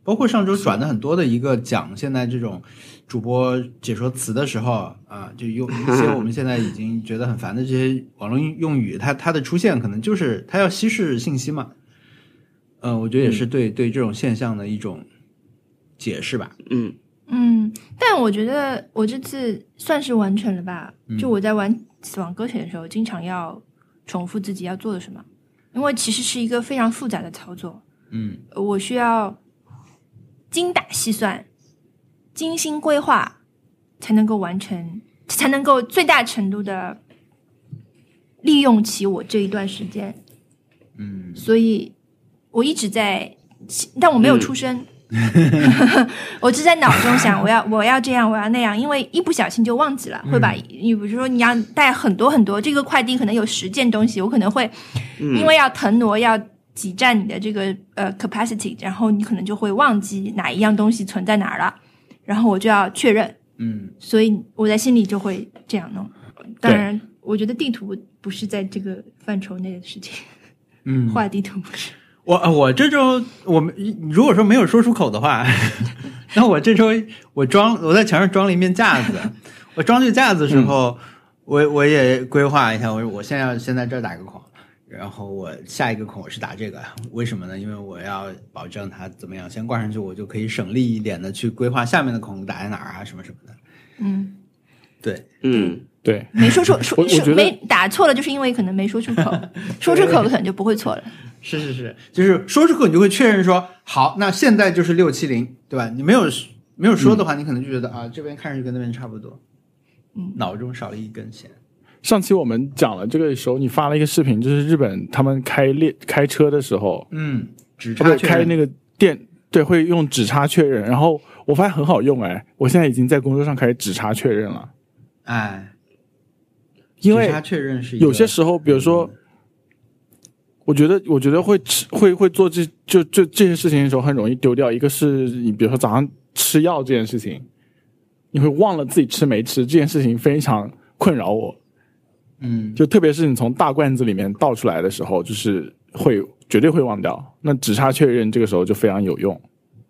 包括上周转的很多的一个讲现在这种主播解说词的时候啊，就用一些我们现在已经觉得很烦的这些网络用语，它它的出现可能就是它要稀释信息嘛。嗯，我觉得也是对、对这种现象的一种解释吧。嗯嗯，但我觉得我这次算是完成了吧。嗯就我在玩《死亡搁浅》的时候，经常要重复自己要做的什么，因为其实是一个非常复杂的操作，嗯呃我需要精打细算、精心规划，才能够完成，才能够最大程度的利用起我这一段时间。嗯所以我一直在，但我没有出声， 我只在脑中想，我要我要这样，我要那样，因为一不小心就忘记了，会把你比如说你要带很多很多，这个快递可能有十件东西，我可能会嗯，因为要腾挪要。挤占你的这个呃 capacity，然后你可能就会忘记哪一样东西存在哪儿了，然后我就要确认，嗯所以我在心里就会这样弄。当然，我觉得地图不是在这个范畴内的事情，嗯，画地图不是。我呃我这周我们如果说没有说出口的话， 那我这周我装我在墙上装了一面架子，我装这个架子的时候，我我也规划一下，我说我现在要先在这儿打个孔，然后我下一个孔我是打这个，为什么呢？因为我要保证它怎么样，先挂上去，我就可以省力一点的去规划下面的孔打在哪儿啊，什么什么的。嗯，对，嗯对，没说出说我我说觉得 没打错了，就是因为可能没说出口，说出口可能就不会错了。是是是，就是说出口你就会确认说，好，那现在就是六七零，对吧？你没有没有说的嗯话，你可能就觉得啊，这边看上去跟那边差不多，嗯脑中少了一根弦。上期我们讲了这个时候，你发了一个视频，就是日本他们开列开车的时候，嗯，只他差们确开认那个电，对，会用指叉确认。然后我发现很好用，哎，我现在已经在工作上开始指叉确认了，哎，因为只差确认是一个有些时候，比如说，嗯我觉得，我觉得会吃，会会做这就就这些事情的时候，很容易丢掉。一个是你比如说早上吃药这件事情，你会忘了自己吃没吃，这件事情非常困扰我。嗯，就特别是你从大罐子里面倒出来的时候，就是会绝对会忘掉。那只差确认这个时候就非常有用。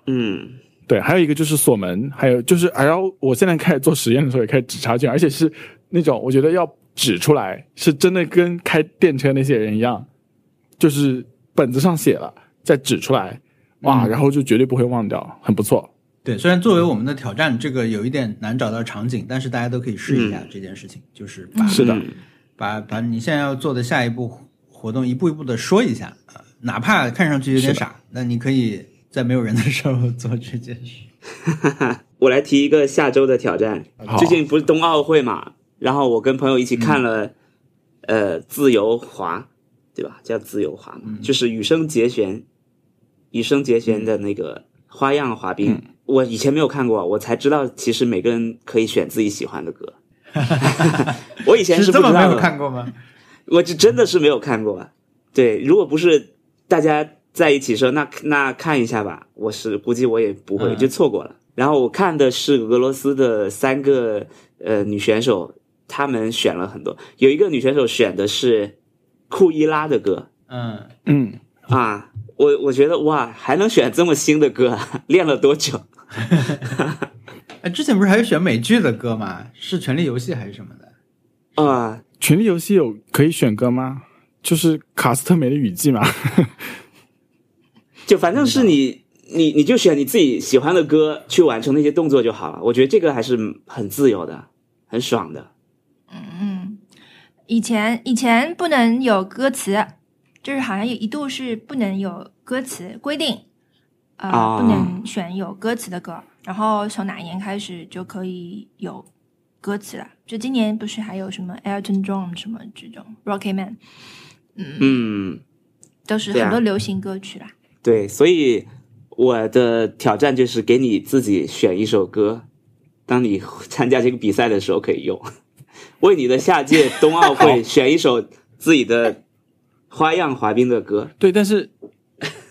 嗯，对，还有一个就是锁门，还有就是，哎然后我现在开始做实验的时候也开始指插卷，而且是那种我觉得要指出来，是真的跟开电车那些人一样，就是本子上写了再指出来，哇，嗯然后就绝对不会忘掉，很不错。对，虽然作为我们的挑战，这个有一点难找到场景，但是大家都可以试一下这件事情，就是把是的嗯把把你现在要做的下一步活动一步一步的说一下啊，哪怕看上去有点傻，那你可以在没有人的时候做这件事。我来提一个下周的挑战好。最近不是冬奥会嘛，然后我跟朋友一起看了，呃，自由滑，对吧？叫自由滑嘛，嗯就是羽生结弦，羽生结弦的那个花样滑嗯冰，我以前没有看过，我才知道其实每个人可以选自己喜欢 的歌。 我以前是不这知么道没的。有看过吗？我这真的是没有看过啊。对，如果不是大家在一起说，那那看一下吧，我是估计我也不会嗯就错过了。然后我看的是俄罗斯的三个呃女选手，她们选了很多，有一个女选手选的是库伊拉的歌嗯，嗯，啊，我我觉得哇，还能选这么新的歌， 啊，练了多久？哎，之前不是还有选美剧的歌吗？是《权力游戏》还是什么的？啊，群力游戏有可以选歌吗？就是卡斯特梅的雨季嘛，就反正是你，你你就选你自己喜欢的歌去完成那些动作就好了。我觉得这个还是很自由的，很爽的。嗯，以前以前不能有歌词，就是好像有一度是不能有歌词规定，呃，啊不能选有歌词的歌。然后从哪一年开始就可以有歌词了？就今年不是还有什么 Elton John 什么这种 Rocket Man，嗯，嗯，都是对啊很多流行歌曲啦。对，啊所以我的挑战就是给你自己选一首歌，当你参加这个比赛的时候可以用， 为你的下届冬奥 会选一首自己的花样滑冰的歌。对，但是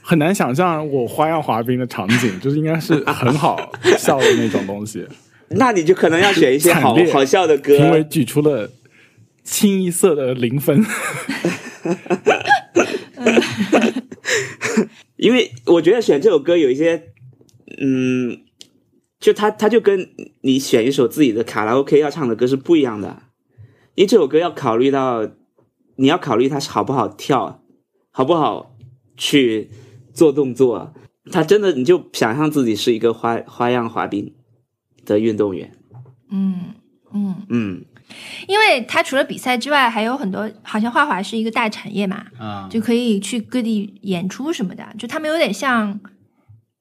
很难想象我花样滑冰的场景，就是应该是很好笑的那种 东西。那你就可能要选一些好惨烈好笑的歌，啊评委举出了清一色的零分。因为我觉得选这首歌有一些，嗯，就它它就跟你选一首自己的卡拉 OK 要唱的歌是不一样的，因为这首歌要考虑到，你要考虑它是好不好跳，好不好去做动作，它真的你就想象自己是一个花花样滑冰的运动员，嗯嗯，嗯，因为它除了比赛之外，还有很多，好像画画是一个大产业嘛，啊、就可以去各地演出什么的。就他们有点像，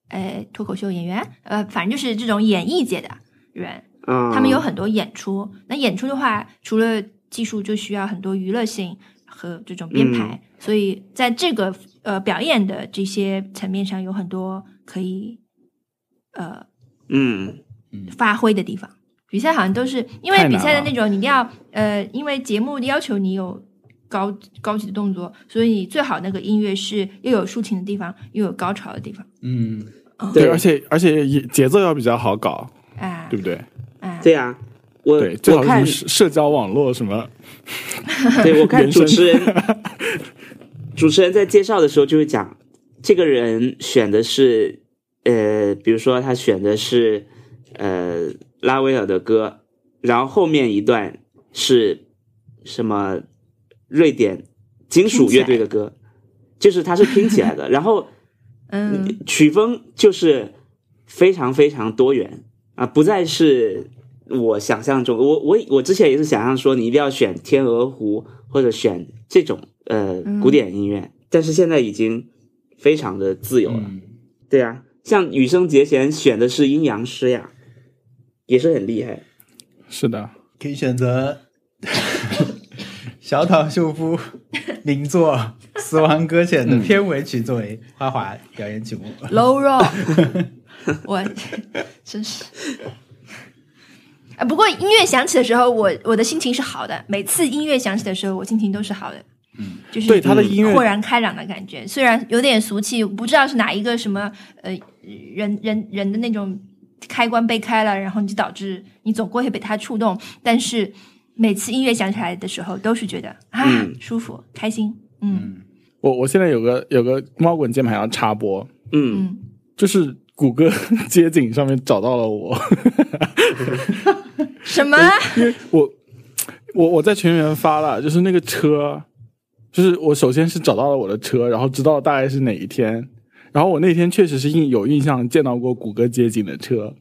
呃，脱口秀演员，呃，反正就是这种演艺界的人，啊、他们有很多演出。那演出的话，除了技术，就需要很多娱乐性和这种编排。所以在这个呃表演的这些层面上，有很多可以呃嗯发挥的地方。比赛好像都是因为太难比赛的了那种，你一定要呃，因为节目要求你有高高级的动作，所以你最好那个音乐是又有抒情的地方，又有高潮的地方。嗯，对，对而且而且也节奏要比较好搞，啊对不对？啊，对呀、我对，最我好是什看么社社交网络什么，对我看原声主持人，主持人在介绍的时候就会讲，这个人选的是呃，比如说他选的是呃拉威尔的歌，然后后面一段是什么瑞典金属乐队的歌，就是它是拼起来的，然后嗯曲风就是非常非常多元啊，不再是我想象中，我我我之前也是想象说你一定要选天鹅湖或者选这种呃嗯古典音乐，但是现在已经非常的自由了。嗯对呀、像羽生结弦选的是阴阳师呀，也是很厉害。是的，可以选择小岛秀夫名作《死亡搁浅》的片尾曲作为花滑表演曲目。 low 肉，我真是。啊，不过音乐响起的时候，我我的心情是好的。每次音乐响起的时候，我心情都是好的。嗯，就是对他的音乐豁然开朗的感觉，虽然有点俗气，不知道是哪一个什么呃人人人的那种开关被开了，然后你就导致你总归会被它触动。但是每次音乐响起来的时候，都是觉得啊、嗯舒服、开心。嗯我我现在有个有个猫滚键盘要插播，嗯，嗯，就是谷歌 街景上面找到了我，什么？因为我我我在群里面发了，就是那个车，就是我首先是找到了我的车，然后知道大概是哪一天，然后我那天确实是印有印象见到过谷歌街景的车，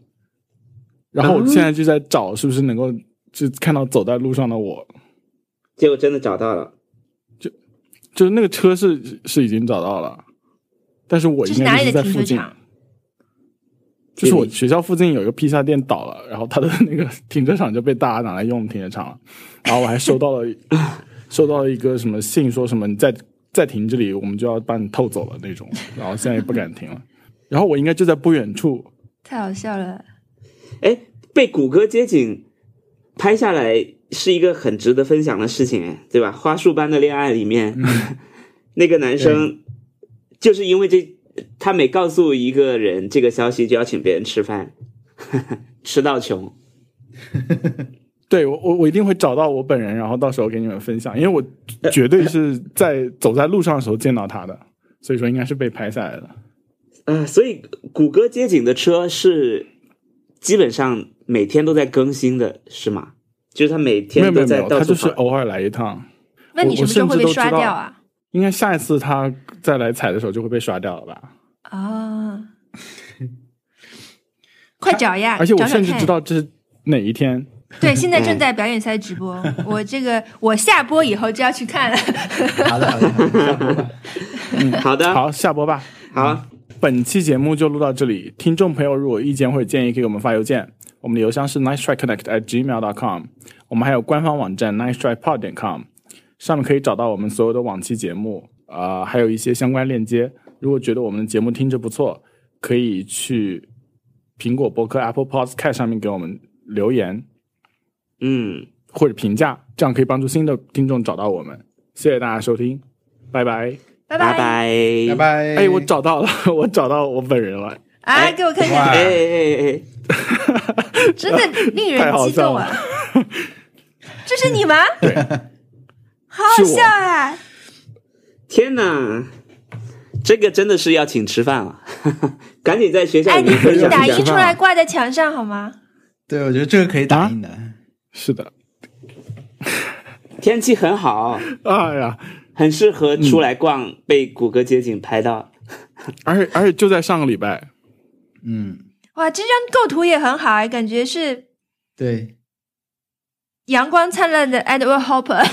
嗯然后我现在就在找是不是能够就看到走在路上的我，结果真的找到了。就是那个车是是已经找到了，但是我这应是该哪就里是的在停附车近。场？就是我学校附近有一个披萨店倒了，然后他的那个 停车场就被大家拿来用停车场了。然后我还收到 了收到了一个什么信，说什么你再再停这里，我们就要把你偷走了那种。然后现在也不敢停了。然后我应该就在不远处，太好笑了。哎，被谷歌街景拍下来是一个很值得分享的事情，哎，对吧？《花束般的恋爱》里面， 那个男生就是因为这，他每告诉一个人这个消息，就要请别人吃饭， 吃到穷。对我我我一定会找到我本人，然后到时候给你们分享，因为我呃绝对是在走在路上的时候见到他的，所以说应该是被拍下来的。呃，所以谷歌街景的车是基本上每天都在更新的，是吗？就是他每没有天没都有没在有，到他处就是跑。偶尔来一趟，那你我什么时候会我被甚至都刷知道掉啊？应该下一次他再来踩的时候就会被刷掉了吧？啊！ 快找呀！而且哎我找找甚至看知，道嗯这是哪一天。对，现在正在表演赛直播。我这个我下播以后就要去看了。好的，好的，好的下播吧。嗯好的，好，下播吧。好本期节目就录到这里，听众朋友如果有意见或者建议，可以给我们发邮件，我们的邮箱是 nice try connect at gmail dot com，我们还有官方网站 nice try pod 点 com，上面可以找到我们所有的往期节目，啊，还有一些相关链接。如果觉得我们的节目听着不错，可以去苹果博客 Apple Podcast 上面给我们留言嗯，或者评价，这样可以帮助新的听众找到我们。谢谢大家收听，拜拜。拜拜拜，拜拜。拜。哎，我找到了， 我找到我本人了。啊！给我看看，哇哎哎哎哎，真的令人太好激动啊！这是你吗？对， 好好是我笑啊！天哪，这个真的是要请吃饭了， 赶紧在学校哎，里你面分你享打一印下。出来挂在墙上好吗？对，我觉得这个可以打印的。是的。天气很好，哎呀，很适合出来逛，被谷歌街景拍到。而且而且就在上个礼拜，嗯，哇，这张构图也很好哎，感觉是对阳光灿烂的 Edward Hopper，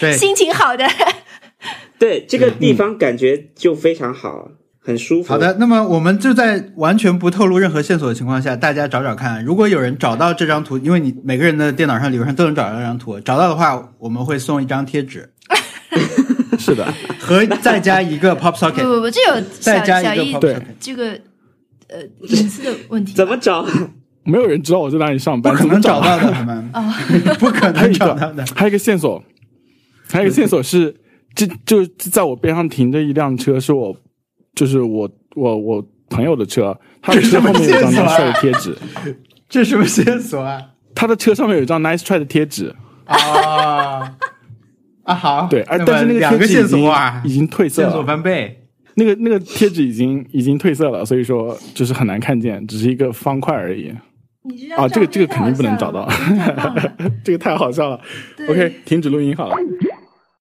对 心情好的。对，这个地方感觉就非常好，很舒嗯服。好，的，那么我们就在完全不透露任何线索的情况下，大家找找看。如果有人找到这张图，因为你每个人的电脑上、理论上都能找到这张图，找到的话，我们会送一张贴纸是的， 和再加一个 Pop 不 Socket，不不，这有再小加小一个一 Pop 对 Socket。这个呃隐私的问题吧。怎么找？没有人知道我在哪里上不班，可怎么能找找到的，他们哦 不可 还有能一找到个的。，还有一个线索，还有一个线索是，这就在我边上停着一辆车，是我，就是我我我朋友的车，他的车后面有一张什 Nice 么啊 Try 的贴纸，这什么线索 啊？他的车上面有一张 Nice Try 的贴纸，啊啊好，对，而么但是那两贴个纸线已经索啊已，经褪色线索了，翻倍，那个那个贴纸已经已经褪色了，所以说就是很难看见，只是一个方块而已。 你知道啊，这个这个肯定不能找到， 太棒了这个太好笑了。对 OK，停止录音好了。